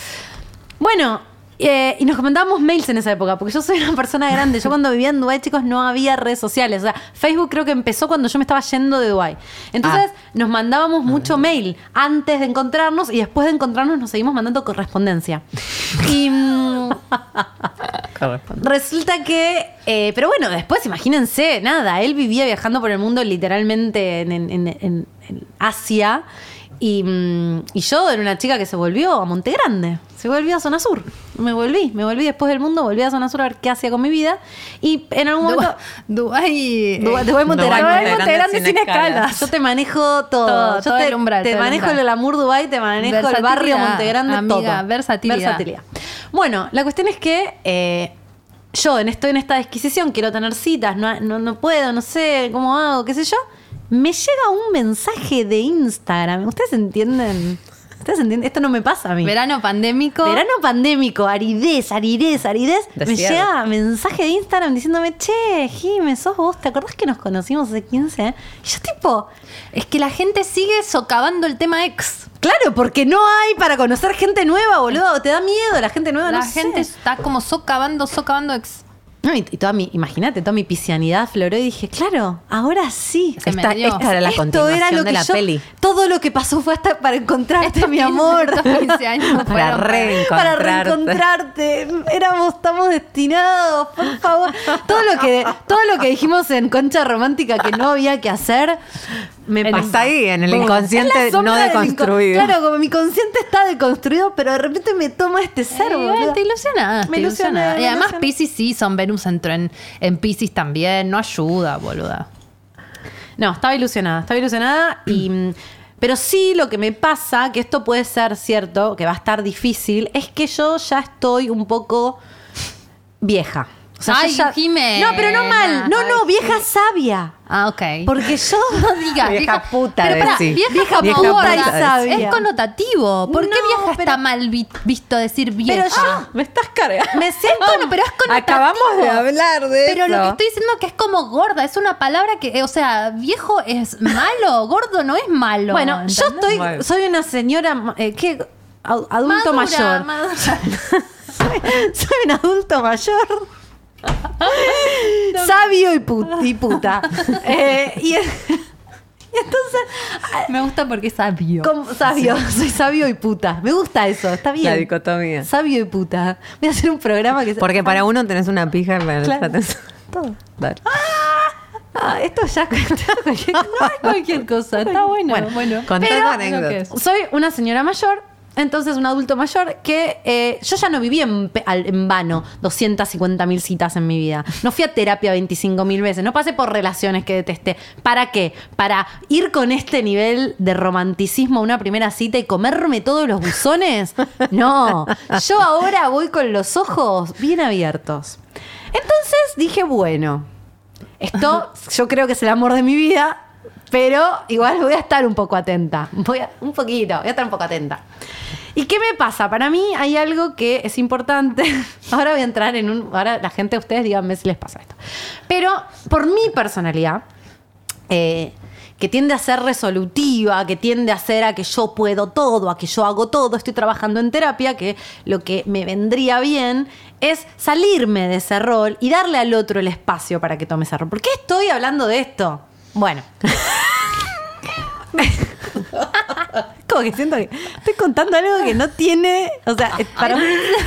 bueno, eh, y nos comentábamos mails en esa época, porque yo soy una persona grande. Yo cuando vivía en Dubai, chicos, no había redes sociales. O sea, Facebook creo que empezó cuando yo me estaba yendo de Dubai. Entonces nos mandábamos mucho mail antes de encontrarnos y después de encontrarnos nos seguimos mandando correspondencia. Y. mm, Corresponde. Resulta que, eh, pero bueno, después imagínense, nada, él vivía viajando por el mundo literalmente en, en- en- en- en Asia y, mm, y yo era una chica que se volvió a Monte Grande, se volvió a Zona Sur, me volví, me volví después del mundo, volví a Zona Sur a ver qué hacía con mi vida y en algún momento... Dubai. Dubai- Dubai Monte Dubai, Grande. Monte Monte Grande sin escalas. Yo te manejo todo. Todo, Yo todo te, el umbral, te todo el manejo el, umbral. amor Dubai, te manejo el Versatilidad, barrio Monte Grande, amiga, todo. versatilidad. Bueno, la cuestión es que eh, yo en- estoy en esta disquisición, quiero tener citas, no, no, no puedo, no sé cómo hago, qué sé yo. Me llega un mensaje de Instagram. ¿Ustedes entienden? ¿Ustedes entienden? Esto no me pasa a mí. Verano pandémico. Verano pandémico, aridez, aridez, aridez. Me Desierto. llega mensaje de Instagram diciéndome, che, Jimé, sos vos, ¿te acordás que nos conocimos hace 15? años?" Y yo tipo, Es que la gente sigue socavando el tema ex. claro, porque no hay para conocer gente nueva, boludo. Te da miedo la gente nueva, La no sé. gente está como socavando, socavando ex. No, y, y toda mi, imagínate, toda mi piscianidad afloró y dije, claro, ahora sí. Se me Esta, dio. esta era la Esto continuación era lo de que la yo- peli. Todo lo que pasó fue hasta para encontrarte, mi amor. Estos 15 años Para fueron para reencontrarte. reencontrarte. Éramos, estamos destinados, por favor. Todo lo que, todo lo que dijimos en Concha Romántica que no había que hacer, me En- pasa. Está ahí, en el Boom. inconsciente Es la sombra no del deconstruido. inco- Claro, como mi consciente está deconstruido, pero de repente me toma este ser, Eh, boluda. te ilusionaste. Me te ilusioné, ilusionaste. me Y además ilusioné. Pisces sí, son Venus entró en, en Pisces también. No ayuda, boluda. No, estaba ilusionada, estaba ilusionada y... mm, Pero sí lo que me pasa, que esto puede ser cierto, que va a estar difícil, es que yo ya estoy un poco vieja. O yo Ay, ya- Jimena. No, pero no mal. No, no, vieja sabia. Ah, ok. Porque yo... No digas, Vieja puta, Pero pará, decís. vieja, Vieja como puta gorda. y sabia. Es connotativo. ¿Por qué No, vieja pero- está mal vi- visto decir vieja? Pero Ah, yo Me estás cargando. me siento... Bueno, pero es connotativo. Acabamos de hablar de Pero lo que eso. estoy diciendo que es como gorda, es una palabra que, eh, o sea, viejo es malo, gordo no es malo. Bueno, yo ¿entendés? estoy... Bueno. Soy una señora... eh, ¿Qué? Ad- Adulto Madura, mayor. madura. Soy un adulto mayor. Sabio y, pu- y puta. Eh, y, y entonces, ah, Me gusta porque es sabio. como sabio, soy sabio y puta. Me gusta eso, está bien. La dicotomía. Sabio y puta. Voy a hacer un programa que se- Porque para uno tenés una pija y para el Claro. otro tenés- Todo. Dale. Ah, esto ya cualquier No es cualquier cosa, está bueno. Bueno, bueno. contá Pero- tu anécdota. lo que es. Soy una señora mayor Entonces, un adulto mayor que eh, yo ya no viví en, pe- al- en vano 250 mil citas en mi vida. No fui a terapia 25 mil veces. No pasé por relaciones que detesté. ¿Para qué? Para ir con este nivel de romanticismo a una primera cita y comerme todos los buzones. No. Yo ahora voy con los ojos bien abiertos. Entonces dije, bueno, esto yo creo que es el amor de mi vida, pero igual voy a estar un poco atenta. Voy a- un poquito, voy a estar un poco atenta. ¿Y qué me pasa? Para mí hay algo que es importante. Ahora voy a entrar en un. Ahora la gente, ustedes díganme si les pasa esto. Pero por mi personalidad, eh, que tiende a ser resolutiva, que tiende a ser a que yo puedo todo, a que yo hago todo, estoy trabajando en terapia, que lo que me vendría bien es salirme de ese rol y darle al otro el espacio para que tome ese rol. ¿Por qué estoy hablando de esto? Bueno. Como que siento que estoy contando algo que no tiene, o sea, es para,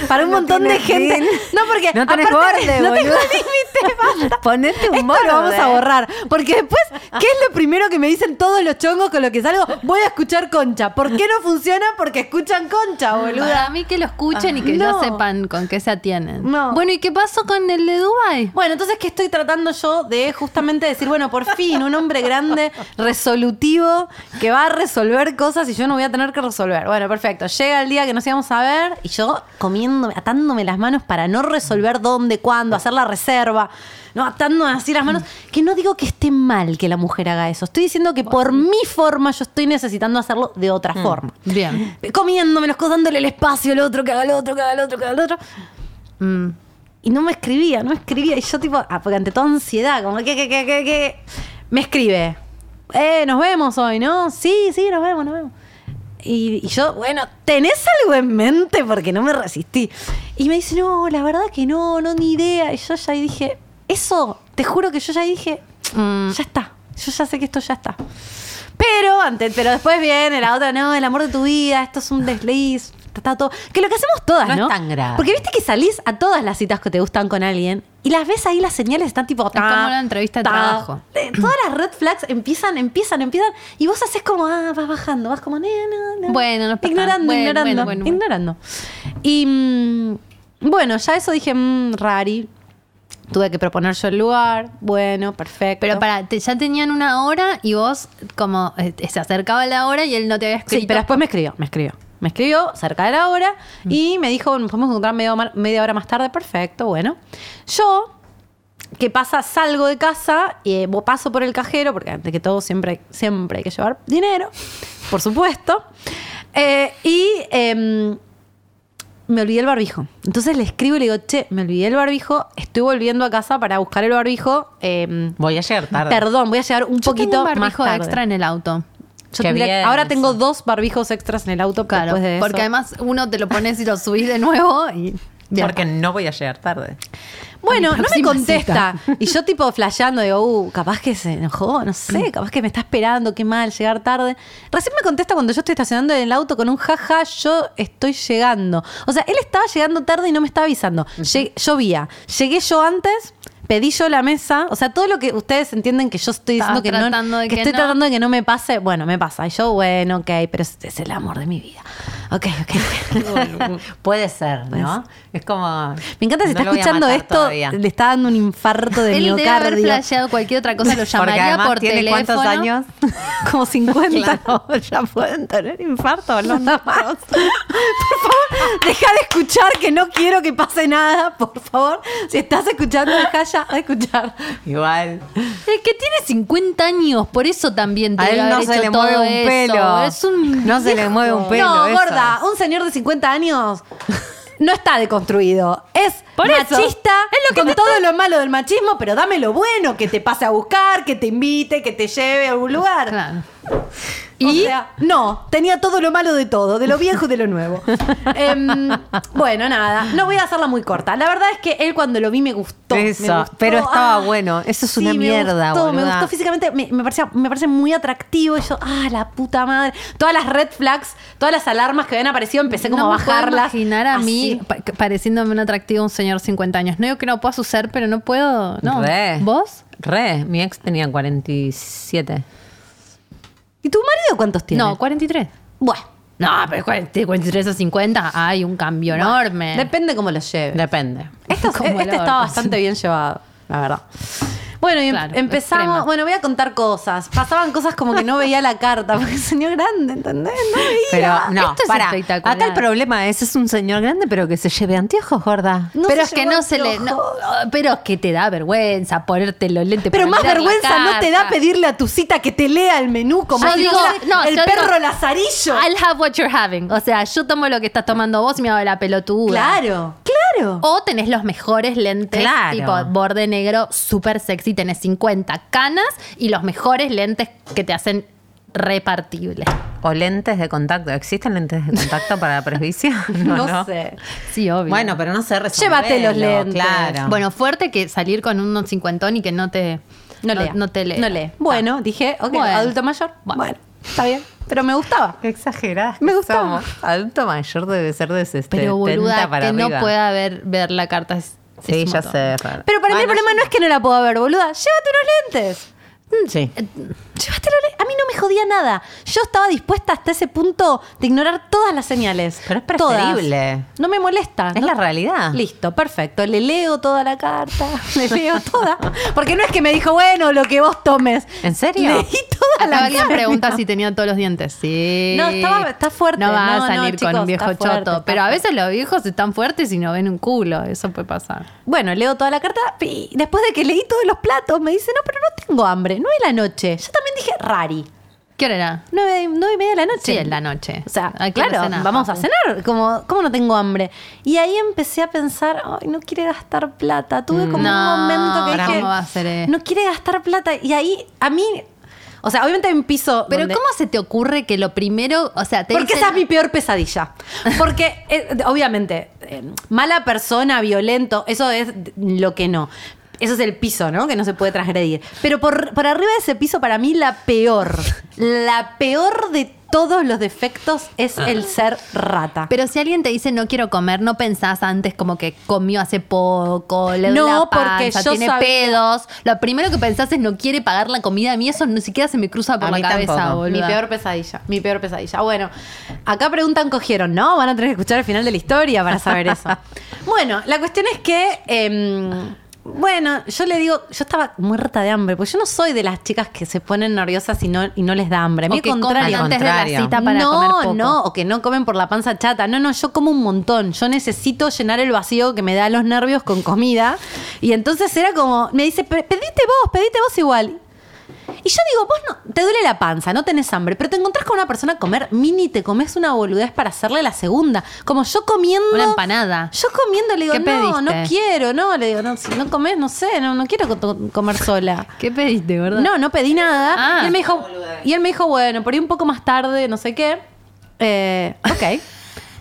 para un No montón de tiene gente. fin. No, porque No tenés aparte- borde, no tengo boluda. límite, basta. Ponete un Esto borde. este lo vamos a borrar. Porque después, ¿qué es lo primero que me dicen todos los chongos con lo que salgo? Voy a escuchar concha. ¿Por qué no funciona? Porque escuchan concha, Para boluda. mí que lo escuchen y que Ah, No. ya sepan con qué se atienen. No. Bueno, ¿y qué pasó con el de Dubai? Bueno, entonces, ¿qué estoy tratando yo de justamente decir? Bueno, por fin, un hombre grande, resolutivo, que va a resolver cosas y yo no voy a tener que resolver. Bueno, perfecto. Llega el día que nos íbamos a ver y yo comiéndome, atándome las manos para no resolver dónde, cuándo, hacer la reserva. No, atándome así las manos. Que no digo que esté mal que la mujer haga eso. Estoy diciendo que por mi forma yo estoy necesitando hacerlo de otra forma. Bien. comiéndome los cosas, dándole el espacio al otro, que haga el otro, que haga el otro, que haga el otro. Mm. Y no me escribía, no me escribía. Y yo, tipo, ah, porque ante toda ansiedad, como que, que, que, que, que. Me escribe. Eh, nos vemos hoy, ¿no? Sí, sí, nos vemos, nos vemos. Y, y yo, bueno, ¿tenés algo en mente? Porque no me resistí. Y me dice, no, la verdad que no, no, ni idea. Y yo ya ahí dije, eso, te juro que yo ya ahí dije, Mm, ya está. Yo ya sé que esto ya está. Pero, ante, pero después viene la otra, no, el amor de tu vida, esto es un desliz, está, está todo. Que lo que hacemos todas, ¿no? No es tan grave. Porque viste que salís a todas las citas que te gustan con alguien y las ves ahí, las señales están tipo. como una entrevista de trabajo. Eh, Todas las red flags empiezan, empiezan, empiezan y vos haces como, ah, vas bajando, vas como, no, no, no. Bueno, no pasa Ignorando, nada. Bueno, ignorando, bueno, bueno, bueno. ignorando. Y mm, bueno, ya eso dije, mm, rari. Tuve que proponer yo el lugar, bueno, perfecto. Pero para, te- ya tenían una hora y vos como eh, se acercaba la hora y él no te había escrito. Sí, pero después me escribió, me escribió. Me escribió cerca de la hora Mm. y me dijo, nos podemos encontrar media, hora- media hora más tarde, perfecto, bueno. Yo, ¿qué pasa? Salgo de casa, eh, bo- paso por el cajero, porque antes que todo siempre, hay- siempre hay que llevar dinero, por supuesto. Eh, y em, me olvidé el barbijo. Entonces le escribo y le digo, che, me olvidé el barbijo, estoy volviendo a casa para buscar el barbijo. em, Voy a llegar tarde. perdón, voy a llegar un Yo poquito tengo un más barbijo tarde. extra en el auto. Yo Qué tendría- bien ahora eso. tengo dos barbijos extras en el auto Claro, después de eso. porque además uno te lo pones y lo subís de nuevo y... Bien. Porque no voy a llegar tarde. bueno, no me próxima contesta. Y yo tipo flasheando, digo, uh, capaz que se enojó, no Mm. sé, capaz que me está esperando, qué mal, llegar tarde. Recién me contesta cuando yo estoy estacionando en el auto con un jaja, yo estoy llegando. O sea, él estaba llegando tarde y no me estaba avisando. Lle- llovía. Llegué yo antes, pedí yo la mesa. O sea, todo lo que ustedes entienden que yo estoy Estabas diciendo que no- tratando de que que estoy no. tratando de que no me pase, bueno, me pasa. Y yo, bueno, ok, pero es, es el amor de mi vida. Ok, ok. Puede ser, Puede ¿no? Es como. Me encanta si no está lo voy a escuchando matar esto, todavía. le está dando un infarto de él debe haber miocardio. flasheado cualquier otra cosa, lo Porque llamaría además por tiene teléfono. cuántos años. Como 50. Claro, ya pueden tener infarto los Por favor, deja de escuchar que no quiero que pase nada, por favor. Si estás escuchando, deja ya de escuchar. Igual. Es que tiene 50 años, por eso también te A debe él haber no se hecho le todo mueve un eso. pelo. Es un No se le mueve un pelo. no, eso gorda, es. un señor de 50 años no está deconstruido. Es Por eso. machista, con todo lo malo del machismo, pero dame lo bueno, que te pase a buscar, que te invite, que te lleve a algún lugar. Claro. Y Y no, tenía todo lo malo de todo, de lo viejo y de lo nuevo. Em, bueno, nada, no voy a hacerla muy corta. La verdad es que él cuando lo vi me gustó. me Eso, gustó. Ah, pero estaba bueno. Eso es una me mierda, gustó, Me boluda. gustó físicamente, me, me parecía, me parece muy atractivo. Y yo, ah, la puta madre. Todas las red flags, todas las alarmas que habían aparecido, empecé como no a me puedo bajarlas. Ah, imaginar a mí Así. pa- pareciéndome un atractivo un señor 50 años. No digo que no pueda suceder, pero no puedo. No. Re. ¿Vos? Re. Mi ex tenía 47. ¿Y tu marido cuántos tiene? No, 43. Bueno. No, pero cua- de 43 a 50 hay un cambio enorme. Depende cómo lo lleve. Depende. Esta- Como e-, el este estaba orto, bastante bien llevado, la verdad. Bueno, y em- Claro, empezamos. extrema. Bueno, voy a contar cosas. Pasaban cosas como que no veía la carta, porque es señor grande, ¿entendés? No veía. Pero no, esto es pará. espectacular. Acá el problema es, es un señor grande, pero que se lleve anteojos, gorda. No se pero es que llevó no se le. no- pero es que te da vergüenza ponerte los lentes. Pero para más mirar la vergüenza no te da carta. pedirle a tu cita que te lea el menú como Yo si digo- fuera no, el yo digo, perro lazarillo. I'll have what you're having. O sea, yo tomo lo que estás tomando vos y me hago la pelotuda. Claro, claro. O tenés los mejores lentes, Claro. tipo borde negro, súper sexy, tenés 50 canas y los mejores lentes que te hacen repartible. O lentes de contacto. ¿Existen lentes de contacto para presbicia? No, no, no. sé. Sí, obvio. Bueno, pero no sé resolverlo, Llévate los lentes. Claro. Bueno, fuerte que salir con un cincuentón y que no te No, lea. te lea. Ah. No lee. Bueno, dije, ok, Bueno. adulto mayor. Bueno. Bueno. está bien. Pero me gustaba. Qué exageradas. Me que gustaba. somos. Adulto mayor debe ser de 60 Pero boluda, para que no arriba. pueda ver, ver la carta. es- es Sí, un ya montón. sé. es raro. Pero para mí el Bueno, problema no es que no la puedo ver, boluda. Llévate unos lentes. Sí. Eh, Llévate los lentes. A mí no me jodía nada. Yo estaba dispuesta hasta ese punto de ignorar todas las señales. Pero es Todas. preferible. No me molesta. Es ¿no? la realidad. Listo, perfecto. Le leo toda la carta. Le leo toda. Porque no es que me dijo, bueno, lo que vos tomes. ¿En serio? Leí toda Acá la alguien carta. pregunta si tenía todos los dientes. Sí. No, estaba- está fuerte. No va No, a no, salir con chicos, un viejo está fuerte, choto. está Pero a fuerte. veces los viejos están fuertes y no ven un culo. Eso puede pasar. Bueno, leo toda la carta. Y después de que leí todos los platos, me dice, no, pero no tengo hambre. No es la noche. Yo también dije, rari. ¿Qué hora era? Nueve, nueve y media de la noche. Sí, es la noche. O sea, Hay que ir a claro, cenar, vamos a papu. cenar. Como, ¿Cómo no tengo hambre? Y ahí empecé a pensar, ay, no quiere gastar plata. Tuve como No, un momento que ahora dije, cómo va a ser, eh. no quiere gastar plata. Y ahí, a mí, o sea, obviamente hay un piso. Pero donde- ¿cómo se te ocurre que lo primero, o sea, te porque dicen- esa es mi peor pesadilla. Porque, eh, obviamente, eh, mala persona, violento, eso es lo que no. Eso es el piso, ¿no? Que no se puede transgredir. Pero por, por arriba de ese piso, para mí, la peor, la peor de todos los defectos es el ser rata. Pero si alguien te dice no quiero comer, no pensás antes como que comió hace poco, le No, no, porque yo tiene sabía- pedos. Lo primero que pensás es no quiere pagar la comida. A mí eso ni siquiera se me cruza por A la mí cabeza, tampoco. boluda. Mi peor pesadilla, mi peor pesadilla. Ah, Bueno, acá preguntan, ¿cogieron? No, van a tener que escuchar el final de la historia para saber eso. bueno, la cuestión es que, em, bueno, yo le digo, yo estaba muerta de hambre, porque yo no soy de las chicas que se ponen nerviosas y no, y no les da hambre. A mí O al que coman contrario. antes de la contrario. cita para no, comer poco. no, o que no comen por la panza chata. No, no, yo como un montón. Yo necesito llenar el vacío que me da los nervios con comida. Y entonces era como, me dice, "Pe- pedite vos, pedite vos igual. Y yo digo, vos no, te duele la panza, no tenés hambre, pero te encontrás con una persona a comer mini, te comes una boludez para hacerle la segunda. Como yo comiendo. Una empanada. Yo comiendo le digo, ¿Qué no, no pediste? quiero, no, le digo, no, si no comes, no sé, no, no quiero co- comer sola. ¿Qué pediste, verdad? No, no pedí nada. Ah. y, él me dijo, y él me dijo, bueno, por ahí un poco más tarde, no sé qué. Eh, ok.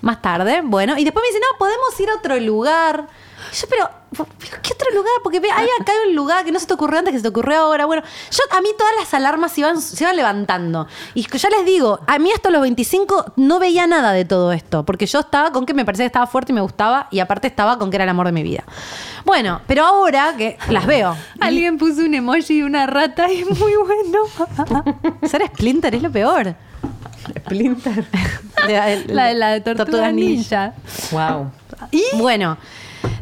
más tarde, bueno. Y después me dice, no, podemos ir a otro lugar. Y yo, pero, pero ¿qué otro lugar? Porque ve, hay acá hay un lugar que no se te ocurrió antes, que se te ocurrió ahora. Bueno, yo a mí todas las alarmas se iban, se iban levantando. Y yo les digo, a mí hasta los 25 no veía nada de todo esto, porque yo estaba con que me parecía que estaba fuerte y me gustaba, y aparte estaba con que era el amor de mi vida. Bueno, pero ahora que las veo. Alguien puso un emoji de una rata y es muy bueno. Ser Splinter es lo peor. Splinter. la, la de la de tortuga, ninja. Wow. ¿Y? Bueno.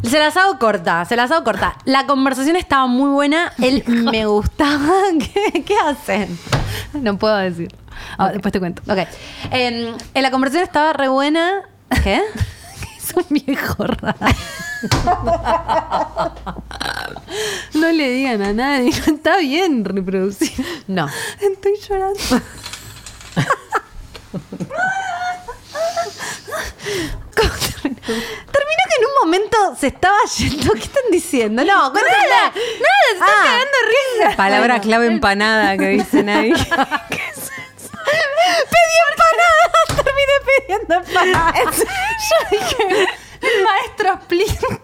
Se las hago corta, se las hago corta. La conversación estaba muy buena. Él me gustaba. ¿Qué, qué hacen? No puedo decir. Ah, Después te cuento. Ok. En, en la conversación estaba re buena. ¿Qué? Es un viejo raro. no le digan a nadie. No está bien reproducir. No. Estoy llorando. ¿Cómo terminó? Terminó que en un momento se estaba yendo. ¿Qué están diciendo? No, Ah. nada. Nada, se está cagando de risa. Palabra clave empanada que dicen ahí. Pedí empanadas, terminé pidiendo empanadas. Yo dije, maestro Splinter.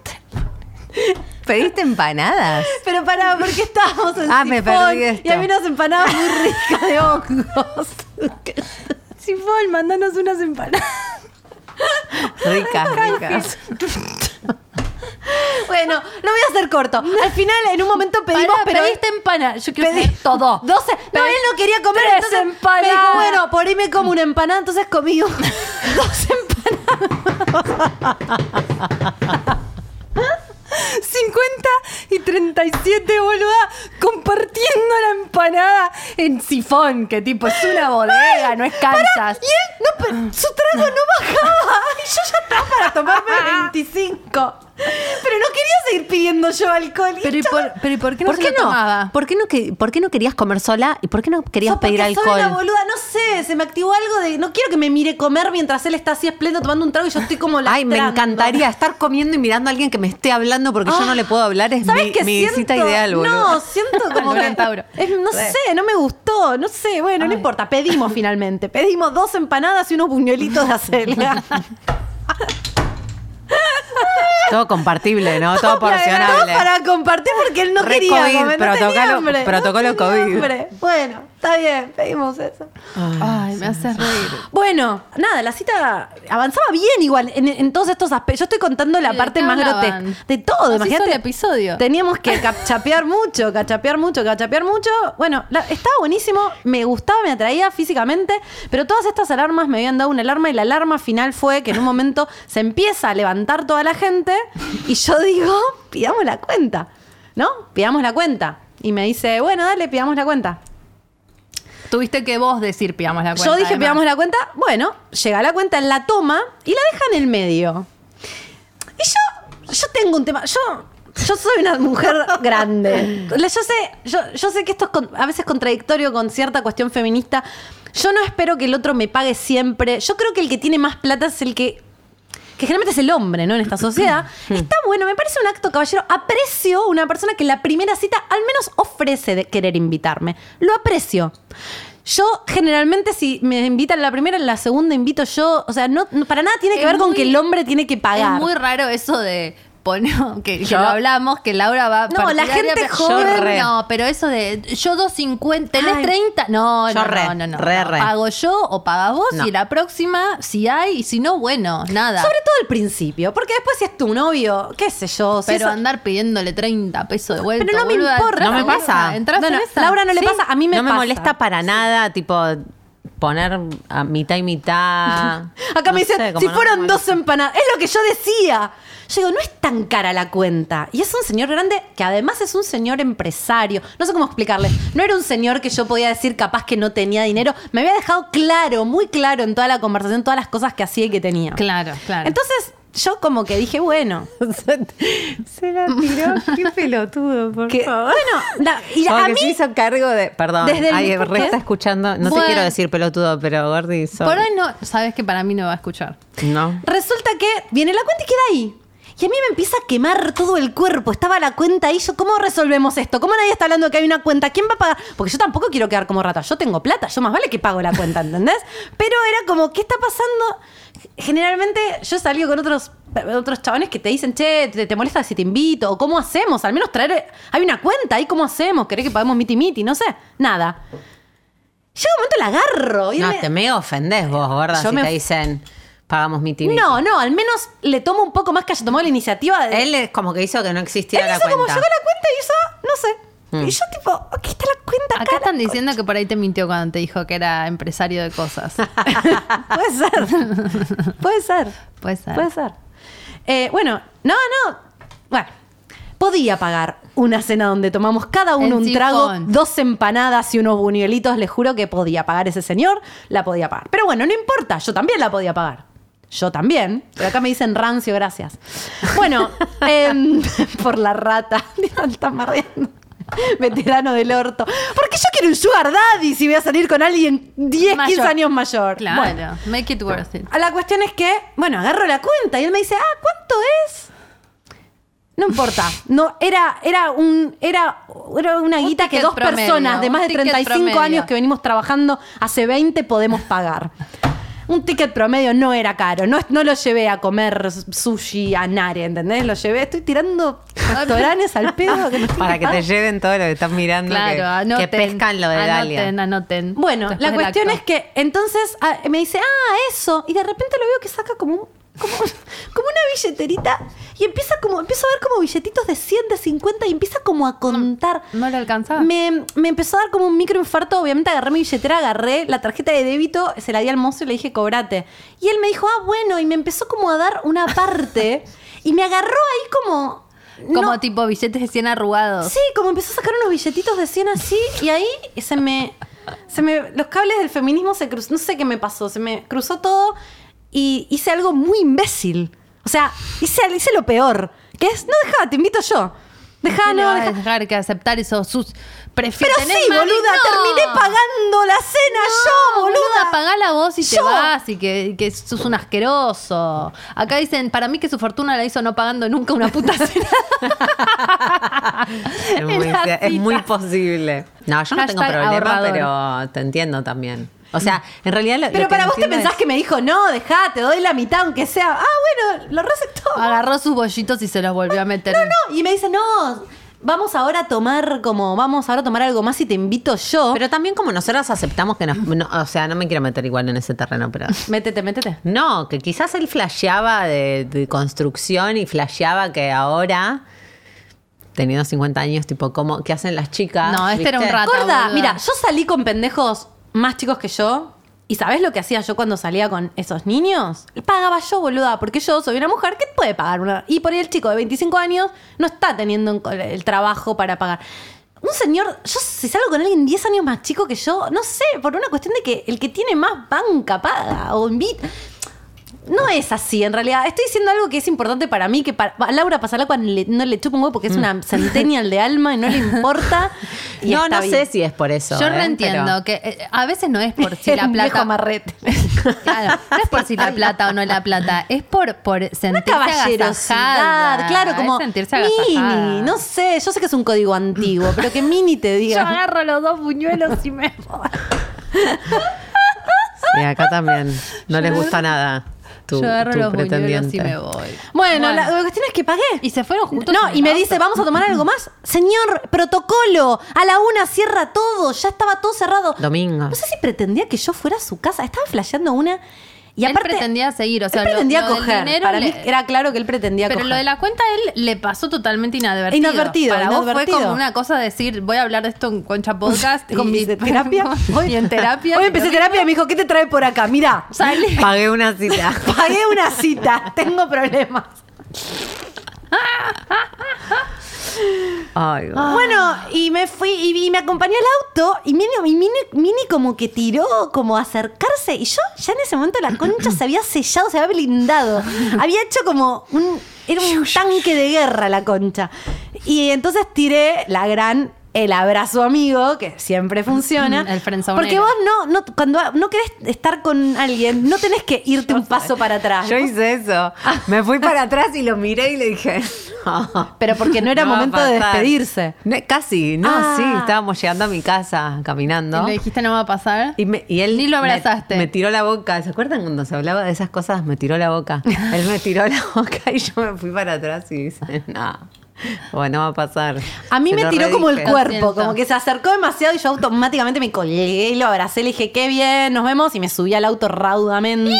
¿Pediste empanadas? Pero pará, porque estábamos en Ah, me Sifón, perdí esto. Y había unas empanadas muy ricas de hongos. Sifón, mandanos unas empanadas. Ricas, ricas. Bueno, lo voy a hacer corto. Al final, en un momento pedimos, Pará, pero... pediste empanadas. Yo quiero pedí- saber todo. 12. No, él no quería comer, Tres entonces me empanadas. dijo, bueno, por ahí me como una empanada, entonces comí un- Dos empanadas. 50 y 37, boluda, compartiendo la empanada en sifón, que tipo es una bodega, no es Kansas. Y él, no, pero su trago no bajaba. Y yo ya estaba para tomarme 25. Pero no quería seguir pidiendo yo alcohol. Y Pero ¿y estaba- por, pero ¿y por qué no ¿Por se qué lo no? tomaba? ¿Por qué no, que- por qué no querías comer sola y por qué no querías Sos pedir porque soy una alcohol? boluda, no sé, se me activó algo de. No quiero que me mire comer mientras él está así esplendo tomando un trago y yo estoy como la. Ay, me encantaría estar comiendo y mirando a alguien que me esté hablando porque yo no le puedo hablar. Es ¿Sabes mi, qué mi siento? cita ideal, boludo. No, siento como Lola que. Tauro. es- no Re. sé, no me gustó. No sé, bueno, no Ay. importa. Pedimos finalmente. Pedimos dos empanadas y unos buñuelitos de acelga. Todo compartible, ¿no? Todo porcionable. Todo para compartir porque él no Re quería COVID, comer, no tenía protocolo- hambre, no protocolo tenía COVID. hambre. Bueno, está bien, pedimos eso. Ay, me hace reír. Bueno, nada, la cita avanzaba bien igual en, en todos estos aspectos. Yo estoy contando la ¿De parte qué más hablaban? grotesca. De todo, Así imagínate. hizo el episodio. Teníamos que cachapear mucho, cachapear mucho, cachapear mucho. Bueno, la- estaba buenísimo, me gustaba, me atraía físicamente, pero todas estas alarmas me habían dado una alarma y la alarma final fue que en un momento se empieza a levantar toda la gente y yo digo, pidamos la cuenta, ¿no? Pidamos la cuenta. Y me dice, bueno, dale, pidamos la cuenta. Tuviste que vos decir pidamos la cuenta. Yo dije, además. pegamos la cuenta. Bueno, llega la cuenta, la toma y la deja en el medio. Y yo, yo tengo un tema. Yo, yo soy una mujer grande. La- Yo sé, yo, yo sé que esto es con- a veces contradictorio con cierta cuestión feminista. Yo no espero que el otro me pague siempre. Yo creo que el que tiene más plata es el que. Que generalmente es el hombre, ¿no? En esta sociedad. Hmm. Está bueno, me parece un acto caballero. Aprecio una persona que en la primera cita al menos ofrece de querer invitarme. Lo aprecio. Yo generalmente si me invitan a la primera, en la segunda invito yo. O sea, no, no- para nada tiene que Es ver con muy- que el hombre tiene que pagar. Es muy raro eso de poner que, que Yo- lo hablamos, que Laura va a No, la gente pero- joven- Yo re. No, pero eso de yo 250, tenés Ay. 30. No, Yo no, re, no, no, no, re, no. re. Pago yo o pagas vos No. y la próxima, si hay, y si no, bueno, nada. Sobre todo al principio, porque después si es tu novio, qué sé yo. si pero es- andar pidiéndole 30 pesos de vuelta. Pero no me boluda, importa. entras No me en esa, pasa. entras No, en no, esa. Laura no le pasa, a mí me no me pasa. molesta para nada, tipo, poner a mitad y mitad. Acá No me dicen, sé, como si no me fueron molesta. dos empanadas, es lo que yo decía. Yo digo, no es tan cara la cuenta. Y es un señor grande que además es un señor empresario. No sé cómo explicarle. No era un señor que yo podía decir capaz que no tenía dinero. Me había dejado claro, muy claro en toda la conversación, todas las cosas que hacía y que tenía. Claro, claro. Entonces yo como que dije, bueno, Se la tiró. Qué pelotudo, por que, bueno, la- y Como a que mí... se hizo cargo de. Perdón, Desde el- ay, re ¿qué? está escuchando. No Bueno. te quiero decir pelotudo, pero Gordi, sorry. Por hoy no, sabes que para mí no va a escuchar. No. Resulta que viene la cuenta y queda ahí. Y a mí me empieza a quemar todo el cuerpo. Estaba la cuenta ahí. Yo, ¿cómo resolvemos esto? ¿Cómo nadie está hablando de que hay una cuenta? ¿Quién va a pagar? Porque yo tampoco quiero quedar como rata. Yo tengo plata. Yo más vale que pago la cuenta, ¿entendés? Pero era como, ¿qué está pasando? Generalmente yo he salido con otros, otros chabones que te dicen, che, te, te molesta si te invito. O ¿cómo hacemos? Al menos traer... Hay una cuenta ahí. ¿Cómo hacemos? ¿Querés que paguemos miti miti? No sé. Nada. Llega un momento, la agarro. y él No, me- te me ofendés vos, gorda, Yo si me te of- dicen pagamos mi tibia. No, no, al menos le tomo un poco más que haya tomado la iniciativa de. Él es como que hizo que no existiera Él la hizo como cuenta. Mm. llegó la cuenta y hizo, no sé. Y yo tipo, aquí está la cuenta Acá cara. están diciendo que por ahí te mintió cuando te dijo que era empresario de cosas. Puede ser. Puede ser. Puede ser. Puede ser. Eh, bueno, no, no. Bueno, podía pagar una cena donde tomamos cada En uno un sifón. trago, dos empanadas y unos buñuelitos. Les juro que podía pagar ese señor, la podía pagar. Pero bueno, no importa, yo también la podía pagar. Yo también, pero acá me dicen rancio, gracias. Bueno, em, por la rata, están marreando. Veterano del orto. Porque yo quiero un sugar daddy si voy a salir con alguien 10, 15 Mayor. años mayor. Claro, Bueno. make it worth it. A Ah, La cuestión es que, bueno, agarro la cuenta y él me dice, ah, ¿cuánto es? No importa. No, era, era un, era, era una Un guita que ticket dos promedio, personas de un más de ticket 35 promedio. años que venimos trabajando hace 20 podemos pagar. Un ticket promedio no era caro. No, es- no lo llevé a comer sushi a Nare, ¿entendés? Lo llevé, estoy tirando restaurantes al pedo. Que no estoy Para que te pagando. lleven todo lo que estás mirando. que, Claro, anoten. que pescan lo de Dalia. Anoten, anoten. Bueno, Después la del cuestión acto. es que entonces ah, me dice, ah, eso. Y de repente lo veo que saca como un, como, un- como una billeterita y empieza como, empiezo a ver como billetitos de 100, de 50 y empieza como a contar. no lo alcanzaba. Me, me empezó a dar como un microinfarto, obviamente agarré mi billetera, agarré la tarjeta de débito, se la di al mozo y le dije, cobrate. Y él me dijo, ah, bueno, y me empezó como a dar una parte y me agarró ahí como... Como no- tipo billetes de 100 arrugados. Sí, como empezó a sacar unos billetitos de 100 así y ahí se me, se me... Los cables del feminismo se cruzó, no sé qué me pasó, se me cruzó todo y hice algo muy imbécil. O sea, hice, hice lo peor, que es, no deja, te invito yo. Dejá, ¿Qué le no, vas a dejá. dejar que aceptar esos sus Pero prefieres sí, boluda, terminé pagando la cena yo, boluda. pagala vos y te Yo. vas y que, y que sos un asqueroso. Acá dicen, para mí que su fortuna la hizo no pagando nunca una puta cena. Es muy, En la es muy cita. posible. No, yo no tengo Hashtag problema, ahorrador. pero te entiendo también. O sea, en realidad lo, Pero para vos te pensás que que me dijo, no, dejá, te doy la mitad aunque sea. Ah, bueno, lo receptó. Agarró sus bollitos y se los volvió a meter. No, no, y me dice, no, vamos ahora a tomar como, vamos ahora a tomar algo más y te invito yo. Pero también como nosotras aceptamos que nos... no, o sea, no me quiero meter igual en ese terreno, pero... métete, métete. No, que quizás él flasheaba de, de construcción y flasheaba que ahora, teniendo 50 años, tipo, ¿cómo, ¿qué hacen las chicas? No, este era un rato. Rata, Gorda, boluda. mira, yo salí con pendejos más chicos que yo. ¿Y sabés lo que hacía yo cuando salía con esos niños? Pagaba yo, boluda, porque yo soy una mujer que puede pagar una. Y por ahí el chico de 25 años no está teniendo un co- el trabajo para pagar. Un señor, yo si salgo con alguien 10 años más chico que yo, no sé, por una cuestión de que el que tiene más banca paga o invita. No es así, en realidad. Estoy diciendo algo que es importante para mí, que para, a Laura Pasalacua no le, no le chupa un huevo Mm. porque es una centennial de alma y no le importa. y No, está no bien. sé si es por eso. Yo ¿eh? Pero- reentiendo que eh, a veces no es por si Era la un plata. viejo marrete. Claro, no es por si la plata o no la plata, es por, por Una sentirse caballerosidad, agasajada. claro, Es como sentirse agasajada. Mini, no sé, yo sé que es un código antiguo, pero que Mini te Yo diga. agarro los dos buñuelos y me voy. Sí, acá también. No les gusta nada tu, Yo agarro tu los buñuelos pretendiente. y me voy. Bueno, la, la cuestión es que pagué. Y se fueron juntos No, en el y me auto. dice, vamos a tomar algo más. Señor, protocolo, a la una cierra todo, ya estaba todo cerrado. Domingo. Ah. No sé si pretendía que yo fuera a su casa, estaba flasheando una. Y Él aparte, pretendía seguir, o sea, él lo- pretendía lo del coger. dinero Para le- mí era claro que él pretendía Pero coger. lo de la cuenta a él le pasó totalmente inadvertido. Inadvertido, Para vos fue inadvertido. como una cosa decir, voy a hablar de esto en Concha Podcast. con y- mi y- terapia. y en terapia. Hoy empecé terapia y me dijo, ¿qué te trae por acá? Mira, Salí. Pagué una cita. pagué una cita, tengo problemas. Ay, bueno. Bueno, y me fui y, y me acompañó el auto y Mini, y Mini, Mini como que tiró como a acercarse y yo ya en ese momento la concha se había sellado, se había blindado. Había hecho como un... Era un tanque de guerra la concha. Y entonces tiré la gran... El abrazo amigo, que siempre funciona. El friendzonero. Porque vos no, no, cuando no querés estar con alguien, no tenés que irte un paso para Ah, atrás. Yo hice eso. Me fui para atrás y lo miré y le dije. no. Pero porque no era va a momento de pasar. despedirse. No, casi, no, Ah. sí. Estábamos llegando a mi casa caminando. Y le dijiste no va a pasar. Y, me- y él Ni lo abrazaste. Me, me tiró la boca. ¿Se acuerdan cuando se hablaba de esas cosas? Me tiró la boca. Él me tiró la boca y yo me fui para atrás y dice, no, bueno, va a pasar. A mí Se me lo tiró como el redije. cuerpo, Lo siento. como que se acercó demasiado y yo automáticamente me colgué y lo abracé, le dije, qué bien, nos vemos, y me subí al auto raudamente.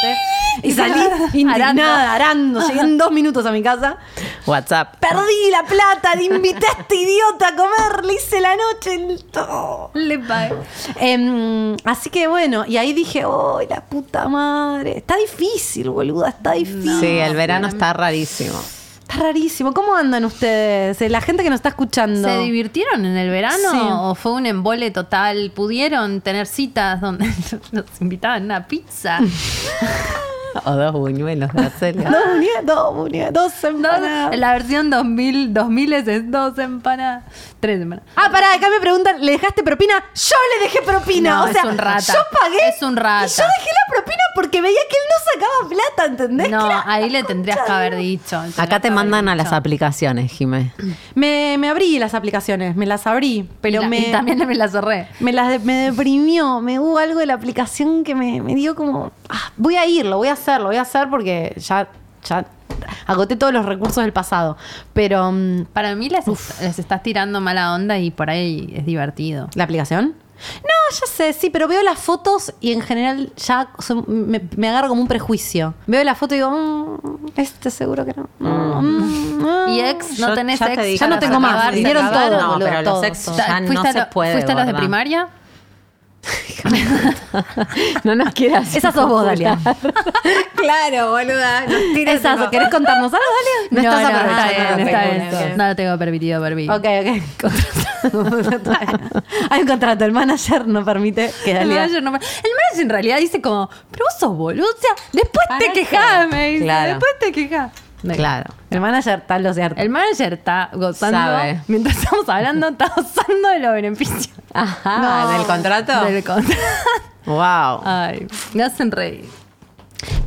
Y salí indignada, arando. Llegué en dos minutos a mi casa. WhatsApp. Perdí la plata, le invité a este idiota a comer, le hice la noche. el- oh. Le pagué. Em, así que bueno, y ahí dije, ¡ay, la puta madre! Está difícil, boluda, está difícil. Sí, el verano está rarísimo. Está rarísimo. ¿Cómo andan ustedes? Eh, La gente que nos está escuchando. ¿Se divirtieron en el verano Sí. o fue un embole total? ¿Pudieron tener citas donde nos invitaban a una pizza? O dos buñuelos de Arcelia. Dos muñe- dos muñe- dos Dos- empanadas. la versión 2000, 2000 es dos empanadas, tres empanadas. Ah, pará, acá me preguntan, ¿le dejaste propina? Yo le dejé propina. No, o sea, es un rata. yo pagué. Es un rata. Y yo dejé la propina porque veía que él no sacaba plata, ¿entendés? No, Que era- ahí le tendrías que haber dicho. le Acá tendrías te que mandan a haber las dicho. aplicaciones, Jimé. Me, me abrí las aplicaciones, me las abrí, pero Y la- me. y también me las zorré. Me, las de- me deprimió, me hubo algo de la aplicación que me, me dio como, ah, voy a ir, lo voy a hacer, lo voy a hacer porque ya, ya agoté todos los recursos del pasado. Pero, mm, Para mí les, les estás tirando mala onda y por ahí es divertido. ¿La aplicación? No, ya sé, sí, pero veo las fotos y en general ya son- me, me agarro como un prejuicio. Veo la foto y digo, mm, este seguro que no. Mm, mm, Y ex, no Ah, Yo tenés ya te ex. dije, Ya no se tengo más, acabaron, se vinieron acabaron. todos, No, boludo, pero todos, los ex todos. ya no ¿Fuiste a se la- puede. ¿Fuiste a las de guardar. primaria? No nos quieras. Esa sos vos, Dalia. Claro, boluda. Nos tira Esa, tipo- ¿querés contarnos algo, Dalia? No estás está aprovechando bien, los está bien, recursos. No lo tengo permitido, permitido. Ok, ok. Contrato. Hay un contrato. El manager no permite que El Dalia. manager, no me- el manager en realidad dice como, pero vos sos boludo. O sea, después te Pará, quejás, me dice. claro. Después te quejás. Me- Claro. El manager tal lo cierto. El manager está gozando. Sabe. Mientras estamos hablando, está gozando de los beneficios. Ajá, ¿del contrato? Del contrato. Wow. Ay, me hacen reír.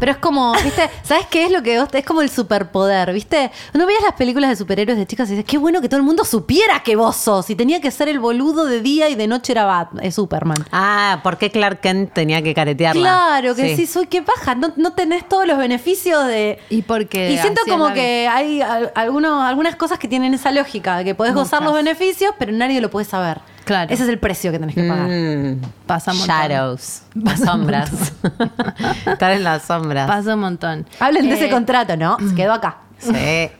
Pero es como, ¿viste? ¿Sabes qué es lo que vos- es como el superpoder, ¿viste? No veías las películas de superhéroes de chicas y dices, qué bueno que todo el mundo supiera que vos sos y tenía que ser el boludo de día y de noche era Batman, es Superman. Ah, ¿por qué Clark Kent tenía que caretearla? Claro que sí, Sí. soy qué paja, no, no tenés todos los beneficios de Y porque Y siento así es como la que hay al- algunos, algunas cosas que tienen esa lógica, que podés gozar los Muchas. beneficios, pero nadie lo puede saber. Claro. Ese es el precio que tenés que pagar. Mm. Pasa un montón. Shadows. Las sombras. Estar en las sombras. Pasa un montón. Hablen de Eh, ese contrato, ¿no? Se quedó acá. sí.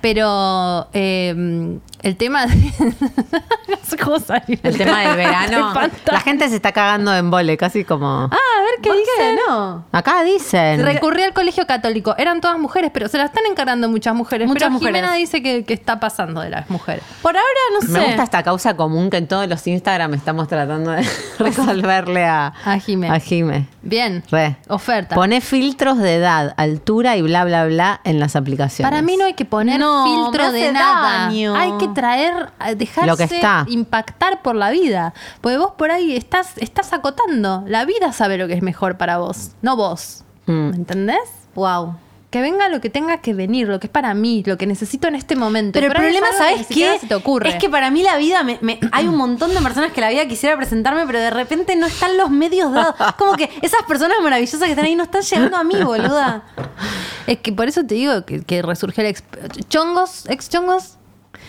Pero eh, el tema de. no sé cómo salió. El tema del verano. Te falta. La gente se está cagando en vole, casi como. Ah, a ver qué dice. No. Acá dicen. Recurrí al colegio católico. Eran todas mujeres, pero se la están encargando muchas mujeres. Muchas pero mujeres. Jimena dice que, que está pasando de las mujeres. Por ahora no sé. Me gusta esta causa común que en todos los Instagram estamos tratando de resolverle a, A Jime. A Jime. Bien. Re. Oferta. Pone filtros de edad, altura y bla, bla, bla en las aplicaciones. Para mí no hay que poner No, me filtro hace de nada. daño. Hay que traer, a dejarse Lo que está. impactar por la vida. Porque vos por ahí estás, estás acotando. La vida sabe lo que es mejor para vos, no vos. Mm. ¿Me entendés? Wow. Que venga lo que tenga que venir, lo que es para mí, lo que necesito en este momento. Pero Y el por ahí es problema, algo que ¿sabes ni siquiera qué? se te ocurre. Es que para mí la vida, me- me- hay un montón de personas que la vida quisiera presentarme, pero de repente no están los medios dados. Como que esas personas maravillosas que están ahí no están llegando a mí, boluda. Es que por eso te digo que, que resurgió el ex chongos, ex chongos.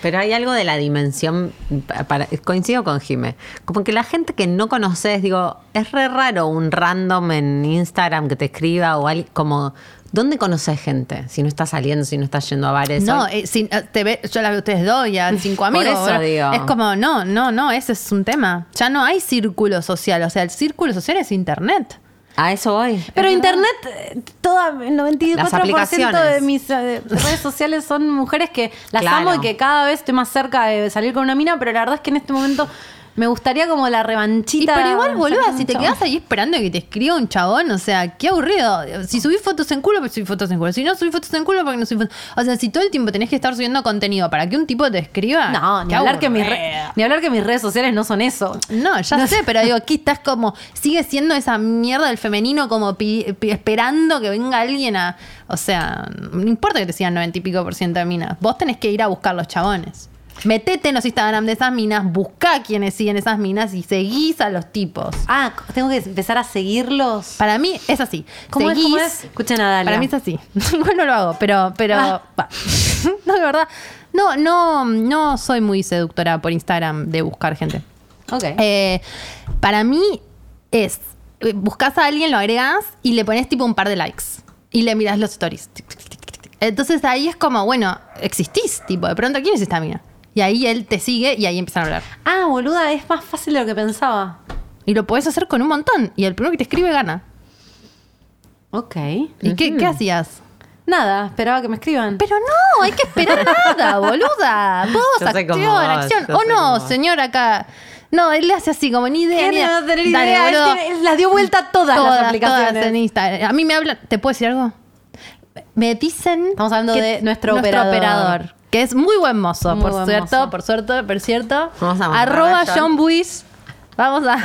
Pero hay algo de la dimensión, pa- para- coincido con Jime, como que la gente que no conoces, digo, es re raro un random en Instagram que te escriba o algo como, ¿dónde conoces gente? Si no estás saliendo, si no estás yendo a bares. No, hoy- eh, sin- eh, te ve- yo las veo a ustedes dos y a cinco Por amigos. eso ¿verdad? digo. Es como, no, no, no, ese es un tema. Ya no hay círculo social. O sea, el círculo social es internet. a eso voy. Pero internet, eh, toda el 94% de aplicaciones. mis eh, redes sociales son mujeres que las Claro. amo y que cada vez estoy más cerca de salir con una mina, pero la verdad es que en este momento me gustaría como la Y revanchita. pero igual, boluda, si te quedas quedas ahí esperando que te escriba un chabón, o sea, qué aburrido. Si subís fotos en culo, pues subís fotos en culo. Si no subís fotos en culo, porque no subís fotos. O sea, si todo el tiempo tenés que estar subiendo contenido para que un tipo te escriba. No, ni qué hablar, que mis aburrido. re- ni hablar que mis redes sociales no son eso. No, ya sé, pero digo, aquí estás como, sigue siendo esa mierda del femenino como pi- pi- esperando que venga alguien a, o sea, no importa que te sigan 90 y pico por ciento de minas, vos tenés que ir a buscar los chabones. Metete en los Instagram de esas minas, busca quienes siguen esas minas y seguís a los tipos. Ah, tengo que empezar a seguirlos. Para mí es así. ¿Cómo es? seguís, ¿Cómo es? Escuchen a Dalia. Para mí es así. Igual no lo hago, pero, pero Ah. va. no, de verdad. No, no, no soy muy seductora por Instagram de buscar gente. Ok. Eh, para mí es, eh, buscas a alguien, lo agregas y le pones tipo un par de likes y le miras los stories. Tic, tic, tic, tic, tic. Entonces ahí es como, bueno, existís, tipo, de pronto, ¿quién es esta mina? Y ahí él te sigue y ahí empiezan a hablar. Ah, boluda, es más fácil de lo que pensaba. Y lo podés hacer con un montón. Y el primero que te escribe gana. Ok. ¿Y qué, qué hacías? Nada, esperaba que me escriban. Pero no, hay que esperar nada, boluda. Vos, Yo soy como acción, vos, acción. yo O soy como no, vos. señor, acá. No, él le hace así, como ni idea. ni Genio, idea. no tener Dale, idea, él boludo. tiene- las dio vuelta todas, las aplicaciones. todas en Instagram. A mí me hablan. ¿Te puedo decir algo? Me dicen. Estamos hablando que- de nuestro operador. Que es muy buen mozo, Muy por buen cierto, mozo. por suerte, por cierto. Vamos a mandar Arroba a John. John Buis. Vamos a.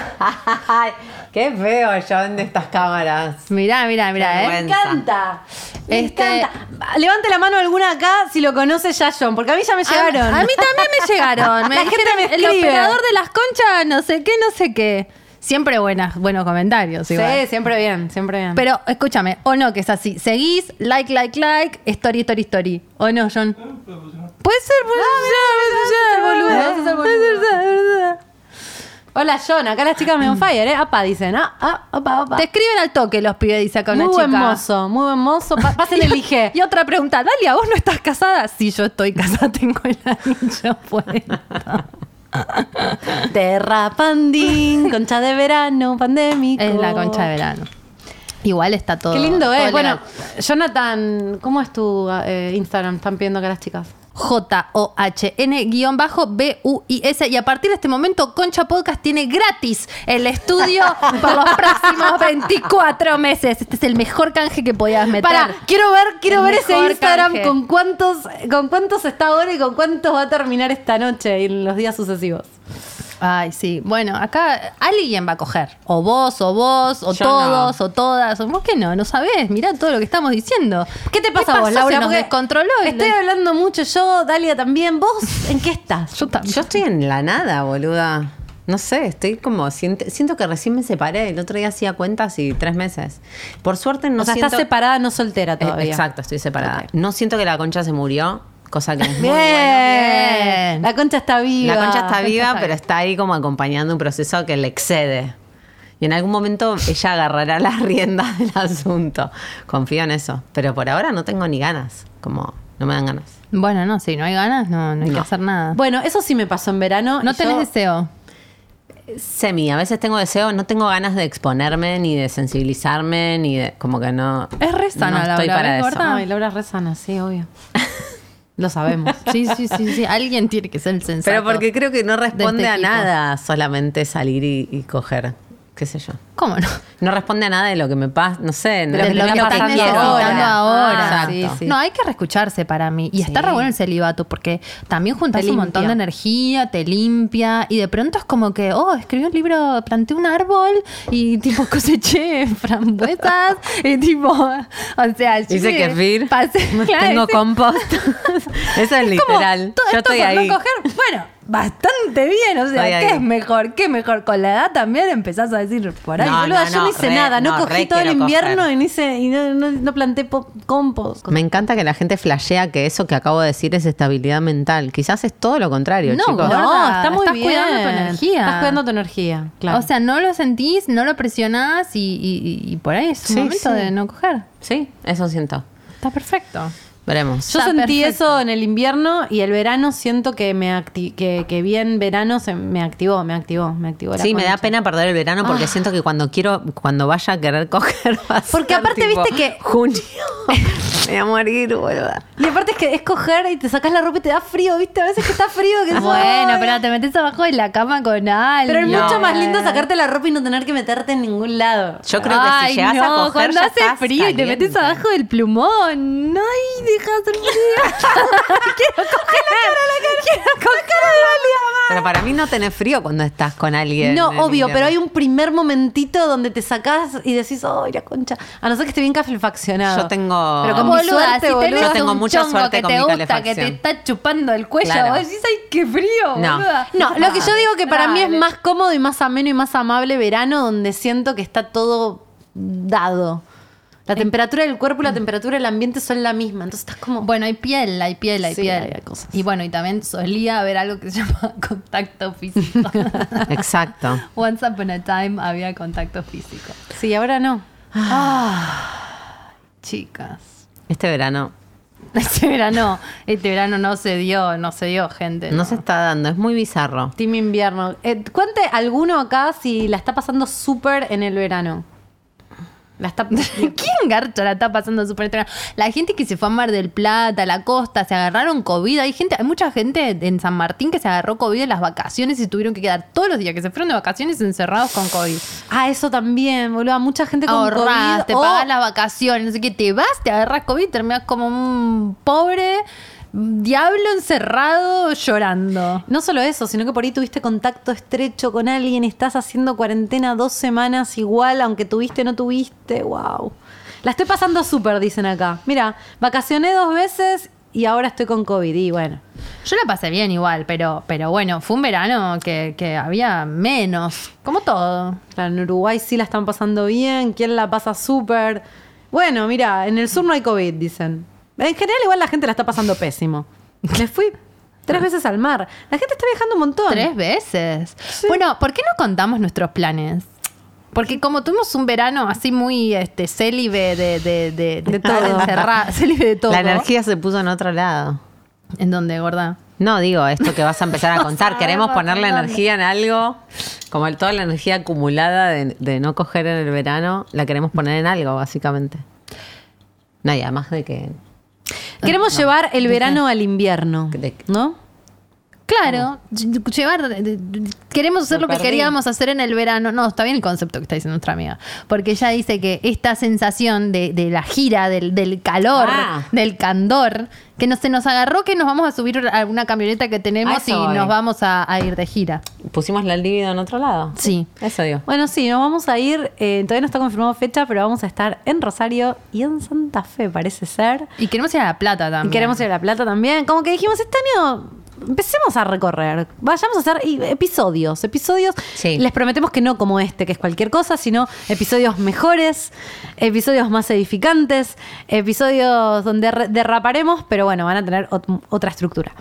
Ay, qué feo, John, de estas cámaras. Mirá, mirá, mirá, vergüenza. ¿eh? Me encanta. Me Este- encanta. Levante la mano alguna acá si lo conoce ya John, porque a mí ya me llegaron. A, a mí también me llegaron. Me Ah, La gente dijeron, me el escribe". operador de las conchas, no sé qué, no sé qué. Siempre buenas, buenos comentarios, igual. Sí, siempre bien, siempre bien. Pero escúchame, o no, que es así. Seguís, like, like, like, story, story, story. O no, John. Puede ser, puede ser, puede ser, mirá, boludo. vas a ser boludo. Puede ser, puede ser, puede ser. Hola, Hola, John, acá las chicas me on fire, ¿eh? Apa, dicen. Ah, ah, apa, apa. Te escriben al toque los pibes, dice acá una muy chica. buen mozo, muy buen mozo. Pa- Pasen, elige. Y otra pregunta, Dalia, ¿vos no estás casada? Sí, yo estoy casada, tengo el anillo puesto. Terra Pandín, concha de verano, pandémico. Es la concha de verano. Igual está todo. Qué lindo todo es. Bueno, legal. Jonathan, ¿cómo es tu eh, Instagram? Están pidiendo que las chicas. J-O-H-N-B-U-I-S. Y a partir de este momento, Concha Podcast tiene gratis el estudio por los próximos 24 meses. Este es el mejor canje que podías meter. Para, quiero ver, quiero El ver ese mejor Instagram canje. con cuántos, con cuántos está ahora y con cuántos va a terminar esta noche y en los días sucesivos. Ay, sí. Bueno, acá alguien va a coger. O vos, o vos, o Yo todos, o todas. ¿Vos qué no? No sabés. Mirá todo lo que estamos diciendo. ¿Qué te pasa a pasó? vos, Laura? Se nos Porque este- descontroló. el- Estoy hablando mucho yo, Dalia también. ¿Vos en qué estás? Yo también. Yo estoy en la nada, boluda. No sé, estoy como. Siento, siento que recién me separé. El otro día hacía cuentas y tres meses. Por suerte no o sea, siento. estás separada, no soltera Eh, todavía. Exacto, estoy separada. Ok. No siento que la concha se murió, cosa que es muy Bien. bien. La concha está viva. La concha está viva, está viva. pero está ahí como acompañando un proceso que le excede. Y en algún momento ella agarrará las riendas del asunto. Confío en eso. Pero por ahora no tengo ni ganas. Como no me dan ganas. Bueno, no, si no hay ganas, no, no hay que No. hacer nada. Bueno, eso sí me pasó en verano. no y tenés yo- deseo. Semi, a veces tengo deseo, no tengo ganas de exponerme, ni de sensibilizarme, ni de. Como que no. Es re sana, no estoy Laura, para ¿ves, eso. gorda? Ay, Laura Rezana, sí, obvio. Lo sabemos. Sí, sí, sí, sí. Alguien tiene que ser el sensato. Pero porque creo que no de este responde a equipo. nada solamente salir y, y coger. ¿Qué sé yo? ¿Cómo no? No responde a nada de lo que me pasa, no sé, no De me lo que está están pasando necesitando ahora. Ah, sí, exacto. sí. No, hay que reescucharse para mí. Y está re bueno el celibato porque también juntas Te un montón de limpia. energía, te limpia y de pronto es como que, oh, escribí un libro, planté un árbol y tipo coseché frambuesas y tipo, o sea, Hice kefir, pasé- claro, tengo hice- compost. Eso es Es como, literal. todo Yo esto estoy por ahí. no coger, bueno, bastante bien. O sea, Estoy ¿qué ahí. es mejor? ¿Qué mejor? Con la edad también empezás a decir por Ay, ahí. No, boluda, no, yo no no, hice re- nada, no, no, cogí re todo el quiero invierno coger. y, no hice, y no, no- no planté po- compost. Me encanta que la gente flashea que eso que acabo de decir es estabilidad mental. Quizás es todo lo contrario, No, chicos. gorda. No, está muy estás bien. cuidando tu energía. Estás cuidando tu energía, claro. O sea, no lo sentís, no lo presionás y, y- y- y por ahí es un Sí, sí. momento de no coger. Sí, eso siento. Está perfecto. Veremos. yo está sentí perfecto. eso en el invierno y el verano siento que me acti- que, que bien verano se me activó, me activó, me activó. la Sí, me da concha. pena perder el verano porque siento que cuando quiero, cuando vaya a querer coger va a Porque ser aparte, tipo, viste que- Junio. Me voy a morir, boluda. Y aparte es que es coger y te sacas la ropa y te da frío, ¿viste? A veces que está frío. Que Bueno, sos- pero te metes abajo de la cama con alguien. Pero es mucho más lindo sacarte la ropa y no tener que meterte en ningún lado. Yo creo que Ay, si llegas a no, coger cuando ya hace estás frío y te metes caliente. abajo del plumón. Ay, dejas el frío. Quiero coger la cara, la cara. Quiero coger la Pero para mí no tenés frío cuando estás con alguien. No, en obvio, invierno. pero hay un primer momentito donde te sacás y decís, ¡ay, la concha! A no ser que esté bien calefaccionado. Yo tengo. Pero como Boluda, suerte, si tenés boluda. Yo tengo un mucha chongo suerte que con te mi gusta, que te calefacción. está chupando el cuello, Claro. vos decís, ay, qué frío, No. boluda. Ah. No, lo que yo digo que para mí es Dale. más cómodo y más ameno y más amable verano, donde siento que está todo dado. La temperatura del cuerpo y la temperatura del ambiente son la misma. Entonces estás como. Bueno, hay piel, hay piel, hay Sí, piel. hay cosas. Y bueno, y también solía haber algo que se llama contacto físico. Exacto. Once upon a time había contacto físico. sí, ahora no. Ah. Chicas. Este verano Este verano, este verano no se dio, no se dio, gente. no se está dando, es muy bizarro. Team invierno. Eh, cuente alguno acá si la está pasando súper en el verano. La está. ¿Quién garcha la está pasando súper extraña? La gente que se fue a Mar del Plata, a la costa, se agarraron COVID. Hay gente, hay mucha gente en San Martín que se agarró COVID en las vacaciones y tuvieron que quedar todos los días que se fueron de vacaciones encerrados con COVID. Ah, eso también, boludo. Mucha gente con Ahorrás, COVID. te o- pagas las vacaciones, no sé qué, te vas, te agarras COVID, terminas como un pobre diablo encerrado llorando. No solo eso, sino que por ahí tuviste contacto estrecho con alguien, estás haciendo cuarentena dos semanas igual, aunque tuviste no tuviste. ¡Wow! La estoy pasando súper, dicen acá. Mira, vacacioné dos veces y ahora estoy con COVID. Y bueno, Yo la pasé bien igual, pero, pero bueno, fue un verano que, que había menos, como todo. claro, en Uruguay sí la están pasando bien, ¿quién la pasa súper? Bueno, mira, en el sur no hay COVID, dicen. En general, igual la gente la está pasando pésimo. Me fui. Tres veces al mar. La gente está viajando un montón. Tres veces. Bueno, ¿por qué no contamos nuestros planes? Porque como tuvimos un verano así muy este, célibe de, de, de, de todo. encerra- célibe de todo. La energía se puso en otro lado. ¿En dónde, gorda? No, digo, esto que vas a empezar a contar. sabemos Queremos poner la dónde. energía en algo, como el- toda la energía acumulada de, de no coger en el verano, la queremos poner en algo, básicamente. No, y además de que. Queremos llevar el verano al invierno. ¿De qué? ¿No? Claro, ll- llevar. de- de- Queremos hacer Me lo que perdí. queríamos hacer en el verano. No, está bien el concepto que está diciendo nuestra amiga. Porque ella dice que esta sensación de, de la gira, del, del calor, Ah. del candor, que no, se nos agarró que nos vamos a subir a una camioneta que tenemos y eso voy. nos vamos a, a ir de gira. Pusimos la libido en otro lado. Sí. Eso digo. Bueno, sí, nos vamos a ir. eh, todavía no está confirmado fecha, pero vamos a estar en Rosario y en Santa Fe, parece ser. Y queremos ir a La Plata Y también. queremos ir a La Plata también. Como que dijimos, este año empecemos a recorrer. Vayamos a hacer i- episodios. Episodios. Sí. Les prometemos que no como este, que es cualquier cosa, sino episodios mejores, episodios más edificantes, episodios donde re- derraparemos, pero bueno, van a tener ot- otra estructura.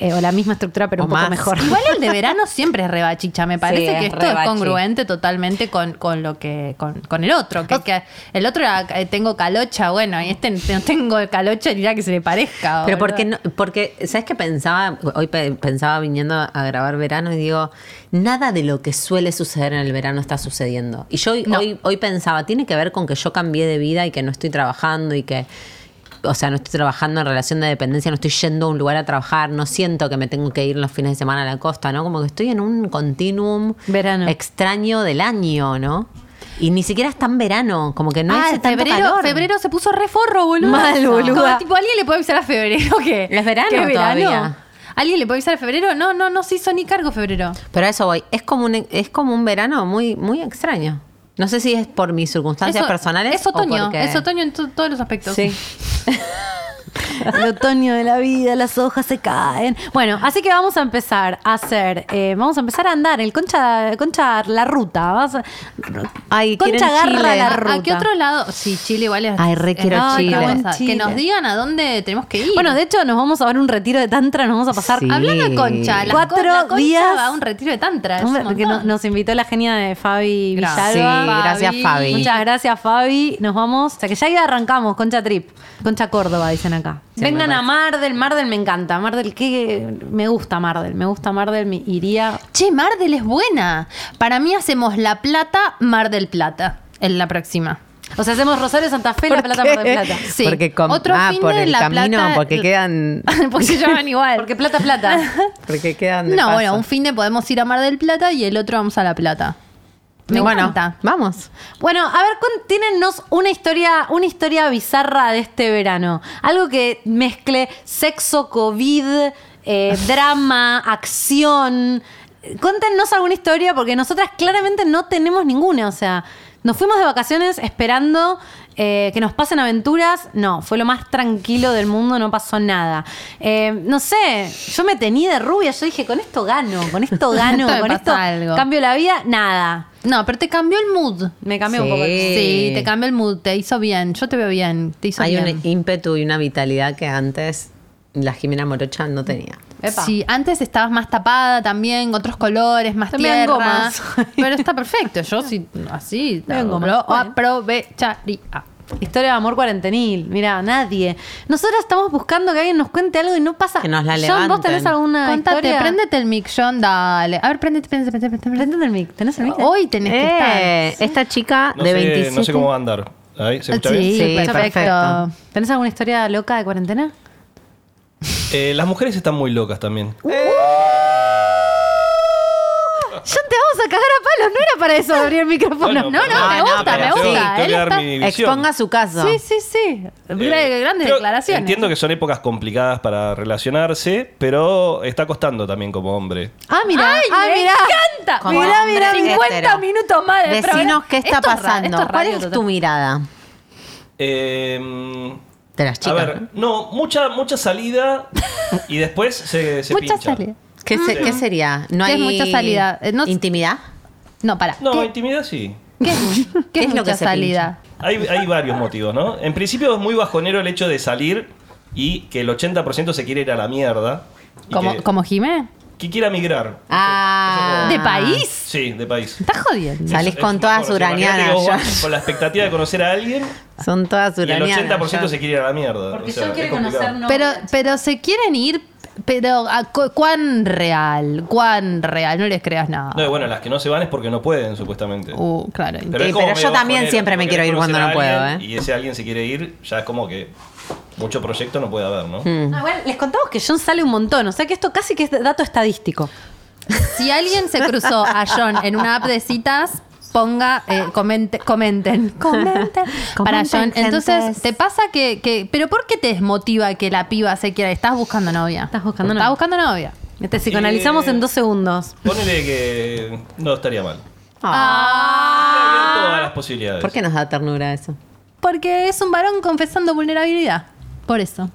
Eh, o la misma estructura, pero O un poco más. mejor. Igual el de verano siempre es rebachicha, me parece Sí, que es esto es rebachi. congruente totalmente con, con lo que, con, con el otro, que, que el otro era eh, tengo calocha, bueno, y este no tengo calocha ni nada que se le parezca. Pero boludo. porque, no, porque ¿sabes qué pensaba? Hoy pe- pensaba viniendo a grabar verano y digo, nada de lo que suele suceder en el verano está sucediendo. Y yo hoy, No. hoy, hoy pensaba, tiene que ver con que yo cambié de vida y que no estoy trabajando y que, o sea, no estoy trabajando en relación de dependencia, no estoy yendo a un lugar a trabajar, no siento que me tengo que ir los fines de semana a la costa, ¿no? Como que estoy en un continuum Verano. extraño del año, ¿no? Y ni siquiera es tan verano, como que no Ah, hace tanto febrero, calor. febrero se puso reforro, boludo. Mal, boluda. Como, tipo, alguien le puede avisar a febrero que. Es verano que todavía. ¿Alguien le puede avisar a febrero? No, no, no se hizo ni cargo febrero. Pero a eso voy. Es como un, es como un verano muy, muy extraño. No sé si es por mis circunstancias Eso- personales. Es o otoño, porque- es otoño en to- todos los aspectos. Sí. El otoño de la vida, las hojas se caen. Bueno, así que vamos a empezar a hacer, eh, vamos a empezar a andar el concha, concha la ruta. vas a- Ay, concha quieren agarra Chile. la ¿A- a ruta. ¿A qué otro lado? Sí, Chile igual es. Ay, re es- quiero Ay, qué Chile. hermosa. Que Chile. nos digan a dónde tenemos que ir. Bueno, de hecho, nos vamos a ver un retiro de tantra, nos vamos a pasar. Sí. Hablando de Concha, la, Cuatro Cuatro días. días. va a un retiro de Tantra. es un Hombre, porque no- montón. nos invitó la genia de Fabi Gracias. Villalba. Sí, gracias, Fabi. Muchas gracias, Fabi. Nos vamos. O sea, que ya iba arrancamos, Concha Trip. Concha Córdoba, dicen acá. Sí, Vengan me a Mar del, Mar del me encanta. Mar del, ¿qué? Me gusta Mar del, me gusta Mar del, me iría. Che, Mar del es buena. Para mí hacemos La Plata, Mar del Plata. En la próxima. O sea, hacemos Rosario, Santa Fe, La ¿Por Plata, qué? Mar del Plata. Sí. Porque com- Otro ah, fin por de el La camino, Plata- porque quedan. Porque se llaman igual. Porque Plata, Plata. Porque quedan. de no, paso. bueno, un fin de podemos ir a Mar del Plata y el otro vamos a La Plata. Me bueno, encanta. Vamos. Bueno, a ver, conténennos una historia, una historia bizarra de este verano. Algo que mezcle sexo, COVID, eh, drama, acción. Cuéntenos alguna historia, porque nosotras claramente no tenemos ninguna. O sea, nos fuimos de vacaciones esperando eh, que nos pasen aventuras. No, fue lo más tranquilo del mundo, no pasó nada. Eh, no sé, yo me tení de rubia, yo dije, con esto gano, con esto gano, Esto me con pasa esto algo. cambio la vida, nada. No, pero te cambió el mood. Me cambió un Sí. poco el Sí, te cambió el mood, te hizo bien. Yo te veo bien, te hizo Eh, Hay bien. un ímpetu y una vitalidad que antes la Jimena Morocha no tenía. Epa. Sí, antes estabas más tapada también, otros colores, más También tierra. gomas. Pero está perfecto. Yo sí, así También lo gomas. Bueno. aprovecharía. Historia de amor cuarentenil. Mira, nadie. Nosotros estamos buscando que alguien nos cuente algo y no pasa. Que nos la John, ¿vos levanten. tenés alguna Contate, historia? préndete el mic, John, dale. A ver, préndete, préndete, préndete. préndete. Prendete el mic. ¿Tenés el mic? Hoy tenés que estar. Eh, Esta Ah, chica No de sé, 27. no sé cómo va a andar. Ahí, ¿se escucha bien? Sí, perfecto. perfecto. ¿Tenés alguna historia loca de cuarentena? Eh, las mujeres están muy locas también. Uh, John, te vamos a cagar a palos. No era para eso abrir el micrófono. Bueno, No, no, me Ah, no, gusta, pero me tengo- gusta. tengo que Él dar está- mi visión. Exponga su caso. Sí, sí, sí. Eh, Gra- Grandes creo- declaraciones. Entiendo que son épocas complicadas para relacionarse, pero está costando también como hombre. Ah, mira. Ay, ah, me mira. encanta. Como Mirá, hombre mirá, hetero. 50 minutos más de Decinos programa. qué está Esto es ra- pasando. esto es ¿Cuál radio es tu total. mirada Eh, de las a chicas? ver, no, mucha, mucha salida y después se, se Mucha pincha. salida. ¿Qué, se- Mm. qué sería? ¿No ¿Qué hay es mucha salida? Eh, no- intimidad? No, para. No, ¿Qué, intimidad sí. qué es, qué ¿Qué es es lo que mucha se salida? Hay, hay varios motivos, ¿no? En principio es muy bajonero el hecho de salir y que el 80% se quiere ir a la mierda. Y ¿Como, que- como Jimé? Que quiera migrar. Ah. ¿De país? Sí, de país. ¿Estás jodiendo? Salís Es- con es todas mejor, o sea, imagínate uranianas que vos ya. vas Con la expectativa de conocer a alguien Son todas y el uranianas. 80% ya. se quiere ir a la mierda. Porque O sea, yo es quiero complicado. conocer no Pero, pero se quieren ir, pero ¿a cu- ¿cuán real? ¿Cuán real? No les creas nada. No, y bueno, las que no se van es porque no pueden, supuestamente. Uh, claro. int- es Sí, como pero medio yo también bajonero, siempre me porque quiero ir conoces cuando a no puedo, ¿eh? alguien Y ese alguien se quiere ir, ya es como que mucho proyecto no puede haber, ¿no? Hmm. Mm. Ah, bueno, les contamos que John sale un montón, o sea que esto casi que es dato estadístico. Si alguien se cruzó a John en una app de citas, ponga, eh, comente- comenten, comenten. Para John, Comenten, entonces, gentes. ¿te pasa que, que- ¿Pero por qué te desmotiva que la piba se quiera? Estás buscando novia. Estás buscando Este, Estás novia. buscando novia. Te psicoanalizamos Eh. en dos segundos. Ponele que no estaría mal. Abrir todas las posibilidades. Ah, ¿Por qué nos da ternura eso? Porque es un varón confesando vulnerabilidad. Por eso.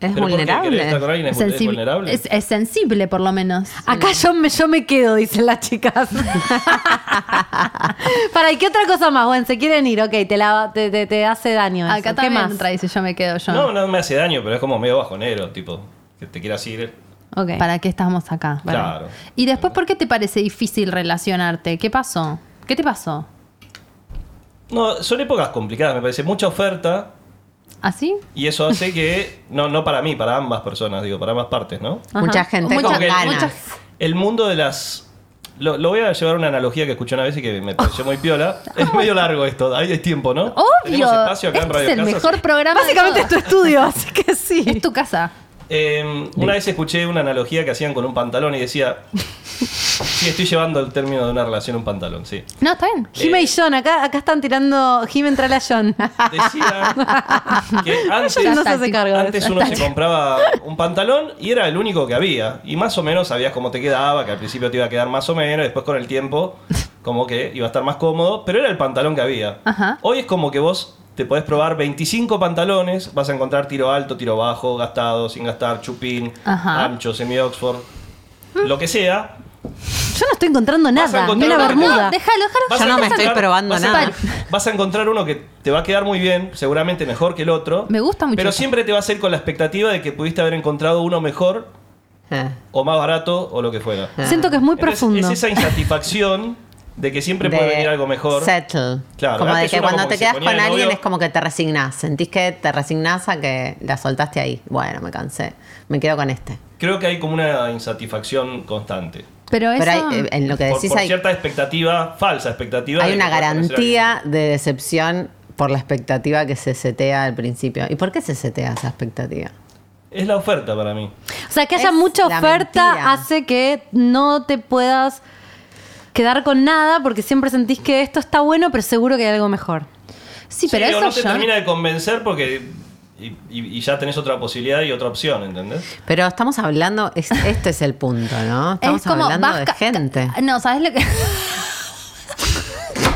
Es ¿Pero por qué? ¿Querés estar con vulnerable. alguien? ¿Es, Sensi- es vulnerable? es- es sensible, por lo menos. Acá yo me, yo me quedo, dicen las chicas. Para, ¿y qué otra cosa más? Bueno, se quieren ir, ok, te, la, te, te- te hace daño. eso. Acá ¿Qué también más? otra dice yo me quedo John. No, no me hace daño, pero es como medio bajonero, tipo, que te quieras ir. Ok. ¿Para qué estamos acá? Bueno. Claro. Y después, ¿por qué te parece difícil relacionarte? ¿Qué pasó? ¿Qué te pasó? No, son épocas complicadas, me parece. Mucha oferta ¿Así? y eso hace que, no, no para mí, para ambas personas, digo, para ambas partes, ¿no? Mucha gente Mucha- con Como que- ganas. muchas- El mundo de las. Lo, lo voy a llevar a una analogía que escuché una vez y que me pareció muy piola. Es medio largo esto, ahí hay tiempo, ¿no? Obvio. Tenemos espacio acá en Este Radio es el Casa, mejor así- programa. de Básicamente es tu todos. estudio, así que sí. es tu casa. Eh, una vez escuché una analogía que hacían con un pantalón y decía. sí, estoy llevando el término de una relación a un pantalón, sí. No, está bien. Eh. Jime y John, acá, acá están tirando Jime entrar a John. Decía que antes. John no se está, hace cargo. de Antes eso. uno se compraba un pantalón y era el único que había. Y más o menos sabías cómo te quedaba, que al principio te iba a quedar más o menos, después con el tiempo como que iba a estar más cómodo, pero era el pantalón que había. Ajá. Hoy es como que vos te podés probar 25 pantalones, vas a encontrar tiro alto, tiro bajo, gastado, sin gastar, chupín, Ajá. ancho, semi-Oxford, lo que sea. Yo no estoy encontrando Vas a nada, ni encontrar una una bermuda. que te- Déjalo, déjalo. Vas Yo a no me estoy probando vas a- nada. vas a encontrar uno que te va a quedar muy bien, seguramente mejor que el otro. Me gusta mucho Pero eso. siempre te va a hacer con la expectativa de que pudiste haber encontrado uno mejor Ah. o más barato o lo que fuera. Siento que es muy Entonces, profundo. Es esa insatisfacción de que siempre De puede venir algo mejor. Settle. Claro, como de antes que uno cuando como te que se quedas ponía con de alguien novio- es como que te resignás. Sentís que te resignás a que la soltaste ahí. Bueno, me cansé. Me quedo con este. Creo que hay como una insatisfacción constante. Pero eso. Pero hay, eh, en lo que Por, decís por hay, cierta expectativa, falsa expectativa. hay de una que pueda conocer a garantía de decepción por la expectativa que se setea al principio. ¿Y por qué se setea esa expectativa? alguien. Es la oferta para mí. O sea, que haya Es mucha la oferta mentira. hace que no te puedas quedar con nada porque siempre sentís que esto está bueno, pero seguro que hay algo mejor. Sí, pero Sí, o eso no te John- termina de convencer porque y, y- y ya tenés otra posibilidad y otra opción, ¿entendés? Pero estamos hablando, es- este es el punto, ¿no? Estamos es como hablando vas de ca- gente. ca- No, ¿sabes lo que.?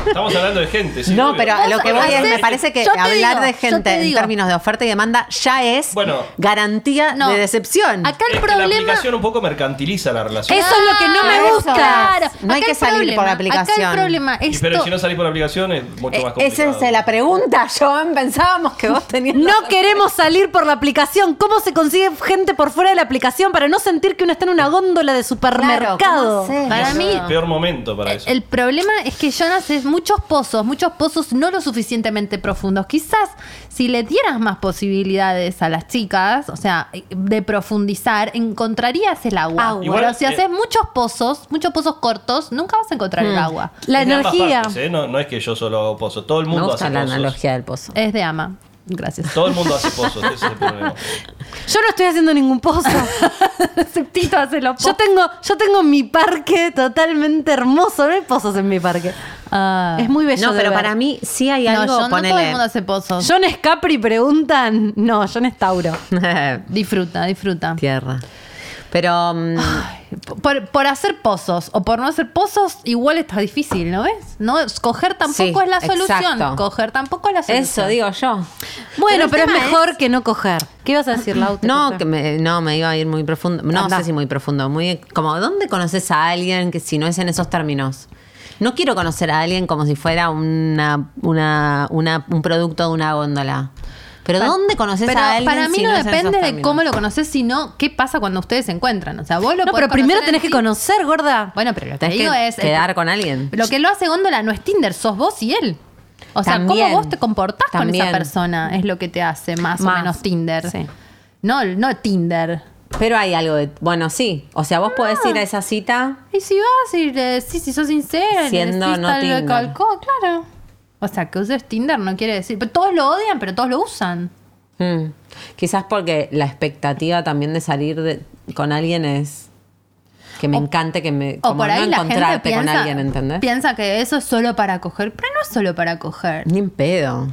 Estamos hablando de gente. sí, No, obvio. pero a lo que voy es, me haces- parece que yo te hablar digo, de yo gente te en digo. términos de oferta y demanda ya es Bueno. garantía No. de decepción. Acá el Es que la problema. aplicación un poco mercantiliza la relación. Eso es lo que no me Eso gusta. Claro. No hay Acá que el salir por la problema- Acá aplicación. el problema Y es. pero to- si no salís por la aplicación es mucho más Eh, Esa complicado. es la pregunta, Joan. Pensábamos que vos tenías. No queremos salir por la aplicación. ¿Cómo se consigue gente por fuera de la aplicación para no sentir que uno está en una góndola de Claro, supermercado? ¿cómo hacer? Para Es mí, el peor momento para eso. El problema es que Jonas es muchos pozos, muchos pozos no lo suficientemente profundos. Quizás si le dieras más posibilidades a las chicas, o sea, de profundizar, encontrarías el agua. Agua. Igual, Pero si eh, haces muchos pozos, muchos pozos cortos, nunca vas a encontrar el agua. la Es de ambas energía. partes, ¿eh? no, no es que yo solo hago pozo. Todo el Me mundo gusta hace la pozos. analogía del pozo. Es de ama. Gracias. Todo el mundo hace pozos. Ese es el problema. Yo no estoy haciendo ningún pozo. Tito hace los Yo tengo, yo tengo mi parque totalmente hermoso. No hay pozos en mi parque. Es muy bello. No, de pero ver. para mí sí hay Ah. no, algo. John, no todo el ponele- mundo hace pozos. John es Capri, preguntan. No, John es Tauro. Disfruta, disfruta. Tierra. Pero. mm, Por, por hacer pozos o por no hacer pozos, igual está difícil, ¿no ves? No, coger tampoco Sí, es la solución. exacto. Coger tampoco es la solución. eso digo yo. Bueno, el pero, tema es mejor que no coger. ¿Qué ibas a decir, Lau? Te No, corté. que me, no, me iba a ir muy profundo. No Anda. sé si muy profundo. Muy, como, ¿dónde conoces a alguien que si no es en esos términos? No quiero conocer a alguien como si fuera una, una, una- un producto de una góndola. Pero Pa- ¿dónde conoces Pero a alguien? para mí si no es en esos depende de términos? cómo lo conoces, sino qué pasa cuando ustedes se encuentran. O sea, vos lo No, podés pero primero conocer en tenés que Tinder. conocer, gorda. Bueno, pero lo que Tenés digo que es. el- quedar con alguien. Lo que lo hace Góndola no es Tinder, sos vos y él. O sea, También. cómo vos te comportás También. con esa persona es lo que te hace más, Más. o menos Tinder. Sí. No, no Tinder. Pero hay algo de. Bueno, sí. O sea, vos podés Ah. ir a esa cita. Y si vas y le decís, si sos sincera, Siendo le decís no tal lo que Tinder. calcó, claro. O sea, que uses Tinder no quiere decir. Pero todos lo odian, pero todos lo usan. mm, Quizás porque la expectativa también de salir de- con alguien es que me O- encante, que me. O como por ahí no la gente encontrarte piensa, con alguien, ¿entendés? piensa que eso es solo para coger, pero no es solo para coger. Ni en pedo.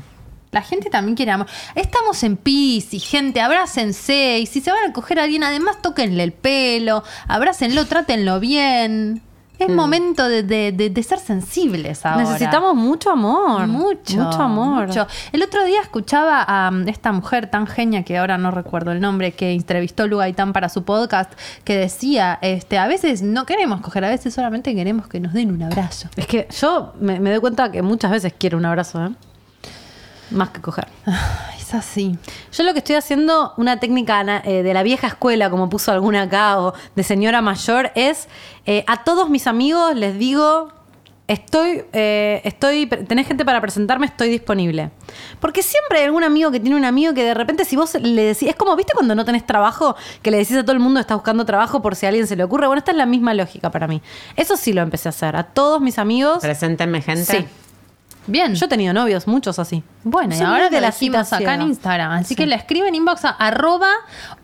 La gente también quiere amor. Estamos en Pisces, gente, abrácense. Y si se van a coger a alguien, además tóquenle el pelo, abrácenlo, trátenlo bien. Es Mm. momento de, de- de- de ser sensibles ahora. Necesitamos mucho amor. Mucho. Mucho amor. mucho. El otro día escuchaba a um, esta mujer tan genia que ahora no recuerdo el nombre, que entrevistó Lu Gaitán para su podcast, que decía, este, a veces no queremos coger, a veces solamente queremos que nos den un abrazo. Es que yo me, me doy cuenta que muchas veces quiero un abrazo, ¿eh? Más que coger. Ah, Es así. Yo lo que estoy haciendo, una técnica ana- eh, de la vieja escuela, como puso alguna acá, o de señora mayor, es eh, a todos mis amigos les digo, estoy, eh, estoy, tenés gente para presentarme, estoy disponible. Porque siempre hay algún amigo que tiene un amigo que de repente si vos le decís, es como, ¿viste cuando no tenés trabajo? Que le decís a todo el mundo, está buscando trabajo por si a alguien se le ocurre. Bueno, esta es la misma lógica para mí. Eso sí lo empecé a hacer. A todos mis amigos... Preséntenme gente. Sí. Bien. Yo he tenido novios, muchos así. Bueno, y Son ahora muy de las citas citas acá en Instagram. Así que le escriben inbox a arroba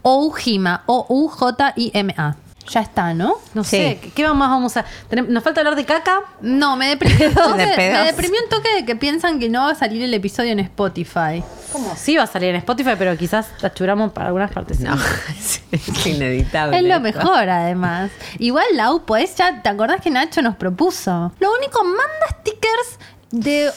oujima, o u j i m a. Ya está, ¿no? No Sí. sé, ¿qué- ¿qué más vamos a...? tenem- Nos falta hablar de caca. No, me deprimió, un toque- De pedos. me deprimió un toque de que piensan que no va a salir el episodio en Spotify. ¿Cómo? Sí va a salir en Spotify, pero quizás la churamos para algunas partes. No, es, es inevitable. Es lo esto. mejor, además. Igual, Lau, pues ya, ¿te acordás que Nacho nos propuso? Lo único, manda stickers de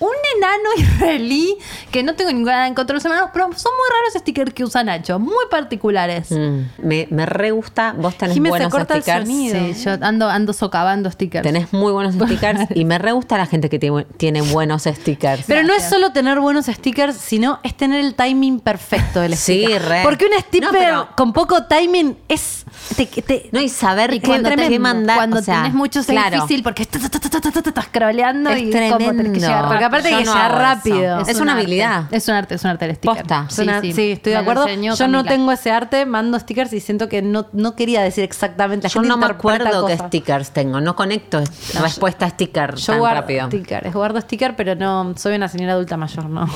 un enano israelí que no tengo ninguna en contra de los enanos, pero son muy raros los stickers que usa Nacho, muy particulares. Mm, Me, me re gusta. Vos tenés Jime, se buenos corta el stickers. sonido. Sí, yo ando, ando socavando stickers. Tenés muy buenos stickers. y me re gusta la gente que tiene, tiene buenos stickers. Pero no es solo tener buenos stickers, sino es tener el timing perfecto del Sí, sticker. re. Porque un sticker No, pero- con poco timing es... te- te- No, y saber Y qué, cuando, qué tenés, mandar. cuando o sea, tenés muchos claro. es difícil porque estás ta, ta, ta, ta, ta, ta, ta, scrolleando Es y como tenés que tremendo. llegar porque rápido. aparte Yo que no sea hago rápido. eso. Es una un arte. habilidad. Es un arte, es un arte el sticker. Posta. Es una- sí, estoy de Me lo acuerdo. enseñó Yo no Camila. tengo ese arte, mando stickers y siento que no, no quería decir exactamente. La Yo gente no me interpreta acuerdo qué cosas. stickers tengo. No conecto est- respuesta a sticker Yo tan guardo rápido. stickers, guardo sticker, pero no soy una señora adulta mayor, no.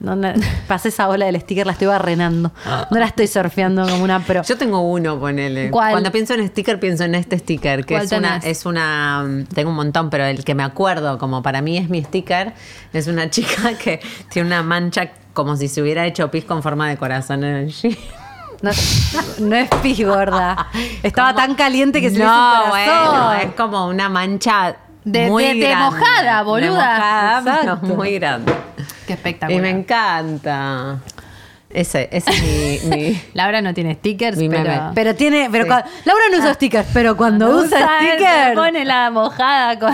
No, no, pasé esa ola del sticker, la estoy barrenando. No la estoy surfeando como una pro. Yo tengo uno, ponele. ¿Cuál? Cuando pienso en sticker, pienso en este sticker, que ¿Cuál es una, tenés? es una. mm, Tengo un montón, pero el que me acuerdo, como para mí es mi sticker, es una chica que tiene una mancha como si se hubiera hecho pis con forma de corazón en el jean. No, no es pis gorda. Estaba Como- tan caliente que se le hizo No, un corazón. bueno, es como una mancha. De- muy de- de grande. mojada, De boluda. mojada, pero Exacto. muy grande. Y Qué espectacular. me encanta. Ese, ese es mi- mi, Laura no tiene stickers, Mi pero... meme. Pero tiene, pero Sí. cua- Laura no usa stickers, pero cuando usa, él, stickers se pone la mojada con...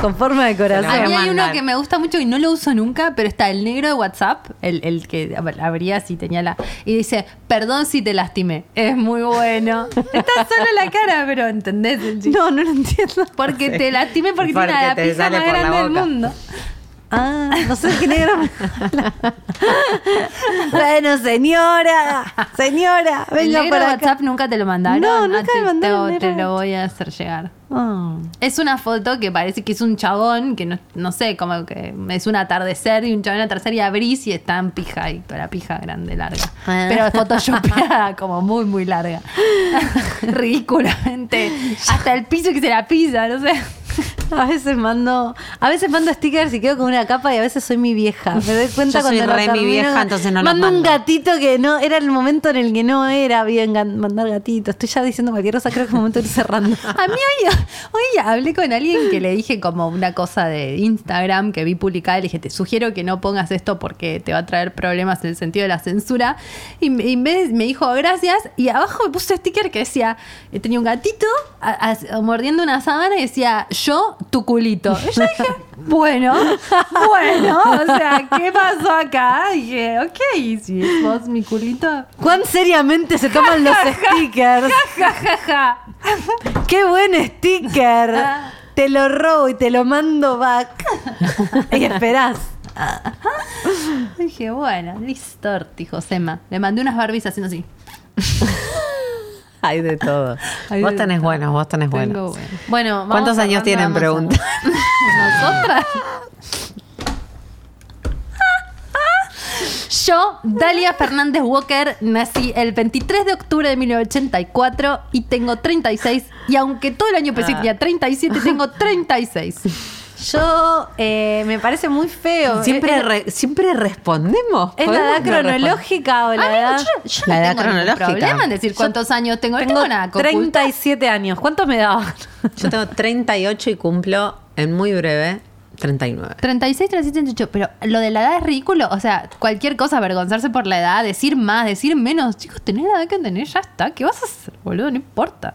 con forma de Te la A corazón. voy mí a hay mandar. uno que me gusta mucho y no lo uso nunca, pero está el negro de WhatsApp, el, el que ab- abría si tenía la. Y dice, perdón si te lastimé. Es muy bueno. Está solo la cara, pero ¿entendés el chiste? No, no lo entiendo. Porque te lastimé porque, Porque tiene la te pija sale más por la grande del boca. mundo. Ah, no sé qué negro. me habla. bueno, señora, señora, el venga negro para de acá. WhatsApp nunca te lo mandaron. No, Ah, nunca te- me mandaron te- el negro te de lo voy a hacer llegar. Ah. Es una foto que parece que es un chabón, que no, no sé, como que es un atardecer y un chabón atardecer y abrís y está en pija y toda la pija grande, larga. Ah. Pero photoshopeada, como muy, muy larga. Ridículamente. Hasta el piso que se la pisa, no sé. A veces mando, a veces mando stickers y quedo con una capa y a veces soy mi vieja. Me doy cuenta Yo soy cuando lo re mi termino. vieja, entonces no los mando un mando. gatito que no era el momento en el que no era bien gan- mandar gatito. Estoy ya diciendo cualquier cosa, creo que es momento de ir cerrando. A mí hoy, hoy hablé con alguien que le dije como una cosa de Instagram que vi publicada, le dije, te sugiero que no pongas esto porque te va a traer problemas en el sentido de la censura. Y, me- y me, me dijo, gracias. Y abajo me puso sticker que decía, eh, tenía un gatito a- a- mordiendo una sábana y decía, yo, tu culito. Y yo dije, bueno, bueno, o sea, ¿qué pasó acá? Dije, ok, si es vos mi culito. ¿Cuán seriamente se toman los stickers? Ja, ja, ja. ¡Qué buen sticker! Te lo robo y te lo mando back. y esperás. Dije, bueno, listo, Orti, Josema. Le mandé unas Barbies haciendo así. Hay de todo. Hay vos de tenés todo. buenos, vos tenés Tengo buenos. bueno. Bueno, vamos ¿Cuántos años cerrando, tienen? vamos Pregunta. ¿Nosotras? Yo, Dalia Fernández Walker, nací el 23 de octubre de 1984 y tengo 36. Y aunque todo el año Ah. pensé que tenía 37, tengo 36. Yo eh, me parece muy feo. Siempre, Eh, eh, re- siempre respondemos. ¿Es la edad ¿Podemos no cronológica o la edad? Amigo, yo, yo La edad no tengo ningún cronológica. problema en decir cuántos años tengo. No tengo nada que ocultar. 37 años. ¿Cuántos me daban? responder? Yo tengo 38 y cumplo en muy breve 39. 36, 37, 38. Pero lo de la edad es ridículo. O sea, cualquier cosa, avergonzarse por la edad, decir más, decir menos. Chicos, tenés la edad que tenés, ya está. ¿Qué vas a hacer, boludo? No importa.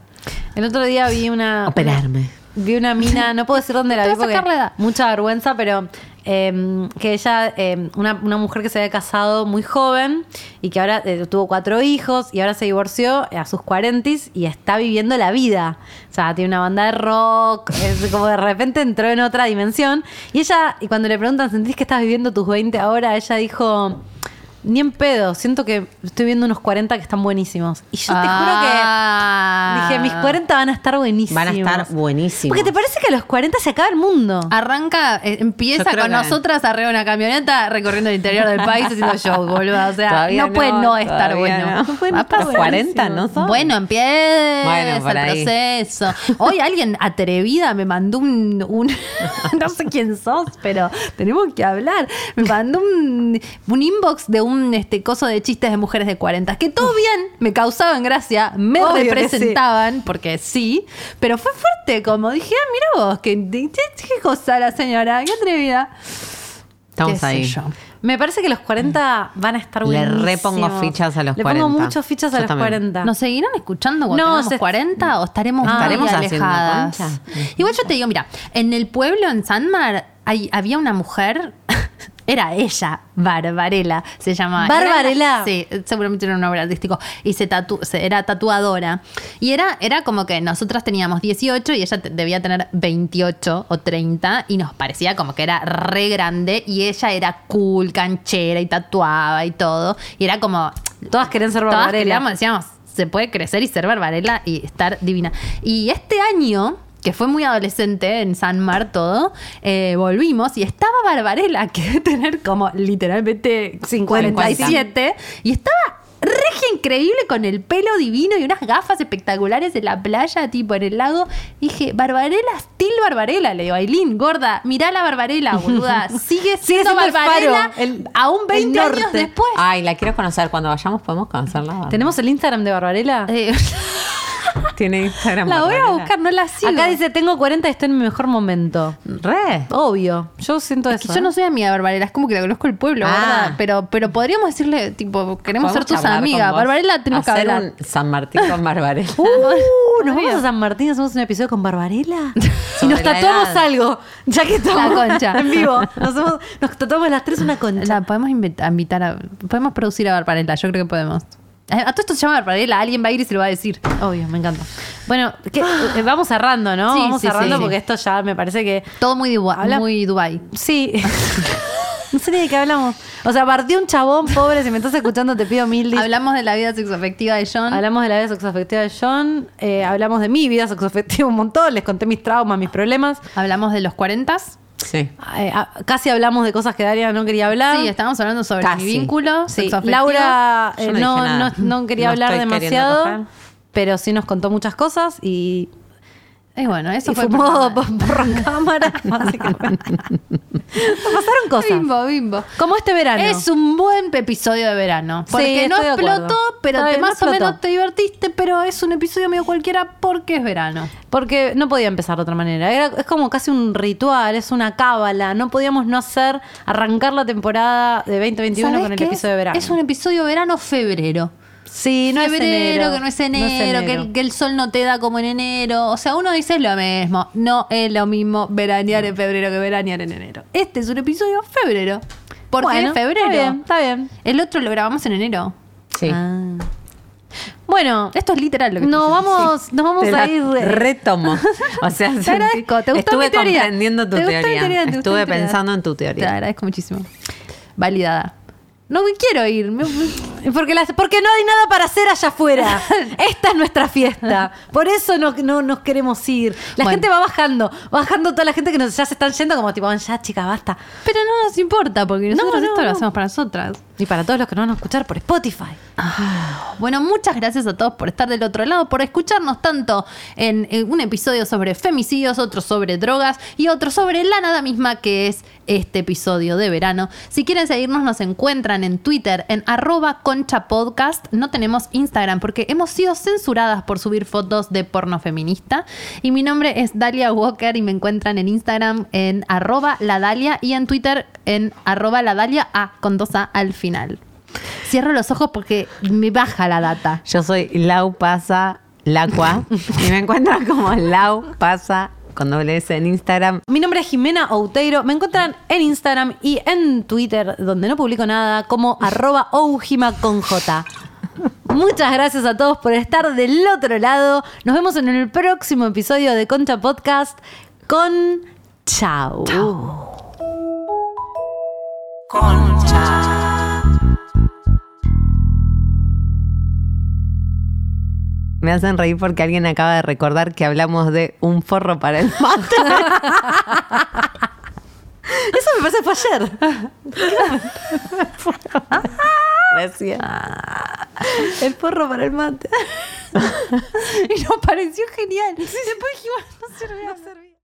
El otro día vi una. Operarme. Vi una mina, no puedo decir dónde la Te vi vas a porque sacar la edad. mucha vergüenza, pero eh, que ella, eh, una, una mujer que se había casado muy joven y que ahora eh, tuvo cuatro hijos y ahora se divorció a sus 40 y está viviendo la vida. O sea, tiene una banda de rock, es como de repente entró en otra dimensión. Y ella, y cuando le preguntan, ¿sentís que estás viviendo tus 20 ahora? Ella dijo... Ni en pedo, siento que estoy viendo unos 40 que están buenísimos. Y yo te juro que Ah. Dije, mis 40 van a estar buenísimos. Van a estar buenísimos. Porque te parece que a los 40 se acaba el mundo. Arranca, eh, Yo empieza creo con que- nosotras arriba de una camioneta recorriendo el interior del país haciendo show, boludo. O sea, Todavía no, puede no estar todavía bueno. no. Ah, pero 40, ¿no? son? Bueno, empieza Bueno, por el ahí. proceso. Hoy alguien atrevida me mandó un, un- no sé quién sos, pero tenemos que hablar. Me mandó un, un inbox de un este coso de chistes de mujeres de 40, que todo bien, me causaban gracia, me Obvio que sí. representaban, porque sí, pero fue fuerte, como dije, ah, mira vos, que qué, qué cosa la señora, qué atrevida. Estamos Qué sé ahí. yo. Me parece que los 40 van a estar Le buenísimos. repongo fichas a los Le 40. pongo muchas fichas a Yo los también. 40. ¿Nos seguirán escuchando cuando No, tengamos se- 40 o estaremos, Ah. muy Estaremos haciendo alejadas? concha. Igual yo te digo, mira, en el pueblo, en Sanmar, hay, había una mujer, era ella, Barbarela, se llamaba. ¿Barbarela? Era- Sí, seguramente era un nombre artístico. Y se tatu se- era tatuadora. Y era, era como que nosotras teníamos 18 y ella te- debía tener 28 o 30 y nos parecía como que era re grande y ella era cool, canchera y tatuaba y todo. Y era como, Todas quieren ser todas Barbarella. queríamos, decíamos, se puede crecer y ser Barbarella y estar divina. Y este año, que fue muy adolescente en San Mar todo, eh, volvimos y estaba Barbarella, que debe tener como literalmente 57, y estaba regia increíble con el pelo divino y unas gafas espectaculares en la playa, tipo en el lago. Dije, Barbarella, still Barbarella, le digo, Aileen, gorda, mirá la Barbarella, boluda, sigue siendo, siendo el Barbarella faro, el- aún el 20 años norte. después. Ay, la quiero conocer. Cuando vayamos podemos conocerla. ¿Tenemos el Instagram de Barbarella? Eh, Tiene Instagram. La voy a Barbarella. buscar, no la sigo. Acá dice, tengo 40 y estoy en mi mejor momento. Re. Obvio. Yo siento Es eso. que yo no soy amiga de Barbarella, es como que la conozco el pueblo, Ah. ¿verdad? Pero, pero podríamos decirle, tipo, queremos ser Podemos tus charlar amigas. con vos. Barbarella tenemos que Hacer hablar. un San Martín con Barbarella. Uh, nos vamos a San Martín, hacemos un episodio con Barbarella. y Sobre nos la tatuamos edad. algo. Ya que estamos concha. en vivo. Nos, hacemos- nos tatuamos las tres una concha. La podemos invita- invitar a. Podemos producir a Barbarella, yo creo que podemos. Eh, A todo esto se llama Barbarella, alguien va a ir y se lo va a decir. Obvio, me encanta. Bueno, que- eh, vamos cerrando, ¿no? Sí, vamos sí, cerrando sí. porque esto ya me parece que. Todo muy, Dubai Habla- muy Dubai. Sí. no sé ni de qué hablamos. O sea, partió un chabón pobre. Si me estás escuchando, te pido mil dis- Hablamos de la vida sexoafectiva de John. Hablamos de la vida sexoafectiva de John. eh, hablamos de mi vida sexoafectiva un montón. Les conté mis traumas, mis problemas. Hablamos de los 40 Sí. Eh, a- casi hablamos de cosas que Daria no quería hablar. Sí, estábamos hablando sobre Ah. Casi. mi vínculo. Sí, sexoafectivo. Laura Yo eh, no no, dije nada. no- no quería No hablar estoy queriendo demasiado, coger. pero sí nos contó muchas cosas y Y bueno, eso y fue. el fumó programa. por, por la cámara. básicamente. Pasaron cosas. Bimbo, bimbo. Como este verano. Es un buen episodio de verano. Porque Sí, no estoy de explotó, acuerdo. pero Está te- bien, no más o explotó. menos te divertiste, pero es un episodio medio cualquiera porque es verano. Porque no podía empezar de otra manera. Era- es como casi un ritual, es una cábala. No podíamos no hacer arrancar la temporada de 2021 ¿Sabés con el qué episodio de es? verano. Es un episodio verano febrero. Sí, no es Febrero, enero. que no es enero, que el- Que, el, sol no te da como en enero. O sea, uno dice lo mismo. No es lo mismo veranear en febrero que veranear en enero. Este es un episodio febrero. Porque Bueno, es febrero. Está bien, está bien. El otro lo grabamos en enero. Sí. Ah. Ah. Bueno, Esto es literal lo que no, estoy diciendo. vamos, nos vamos Te a la ir. eh, retomo. O sea, Te sentí- agradezco. ¿Te gustó estuve mi teoría? comprendiendo tu ¿Te gustó mi teoría. teoría? ¿Te gustó mi Estuve teoría? pensando en tu Te teoría. agradezco muchísimo. Validada. No me quiero ir. me- me- Porque, las- porque no hay nada para hacer allá afuera. Esta es nuestra fiesta. Por eso no, no nos queremos ir. La Bueno. gente va bajando. Va bajando toda la gente que nos, ya se están yendo como tipo, "Van ya chicas, basta. Pero no nos importa, porque nosotros no, esto no. lo hacemos para nosotras. Y para todos los que no van a escuchar por Spotify. Bueno, muchas gracias a todos por estar del otro lado, por escucharnos tanto en, en un episodio sobre femicidios, otro sobre drogas y otro sobre la nada misma que es este episodio de verano. Si quieren seguirnos nos encuentran en Twitter en arroba conchapodcast. No tenemos Instagram porque hemos sido censuradas por subir fotos de porno feminista. Y mi nombre es Dalia Walker y me encuentran en Instagram en arroba la Dalia y en Twitter en arroba la Dalia A con dos A al final. Cierro los ojos porque me baja la data. Yo soy Lau Pasa Lacua y me encuentran como Lau Pasa con doble S en Instagram. Mi nombre es Jimena Outeiro. Me encuentran en Instagram y en Twitter, donde no publico nada, como arroba oujima con J. Muchas gracias a todos por estar del otro lado. Nos vemos en el próximo episodio de Concha Podcast con Chau. Me hacen reír porque alguien acaba de recordar que hablamos de un forro para el mate. Eso me parece fue ayer. Recién. El porro para el mate. Y nos pareció genial. Después dijimos, no sirve, no sirve.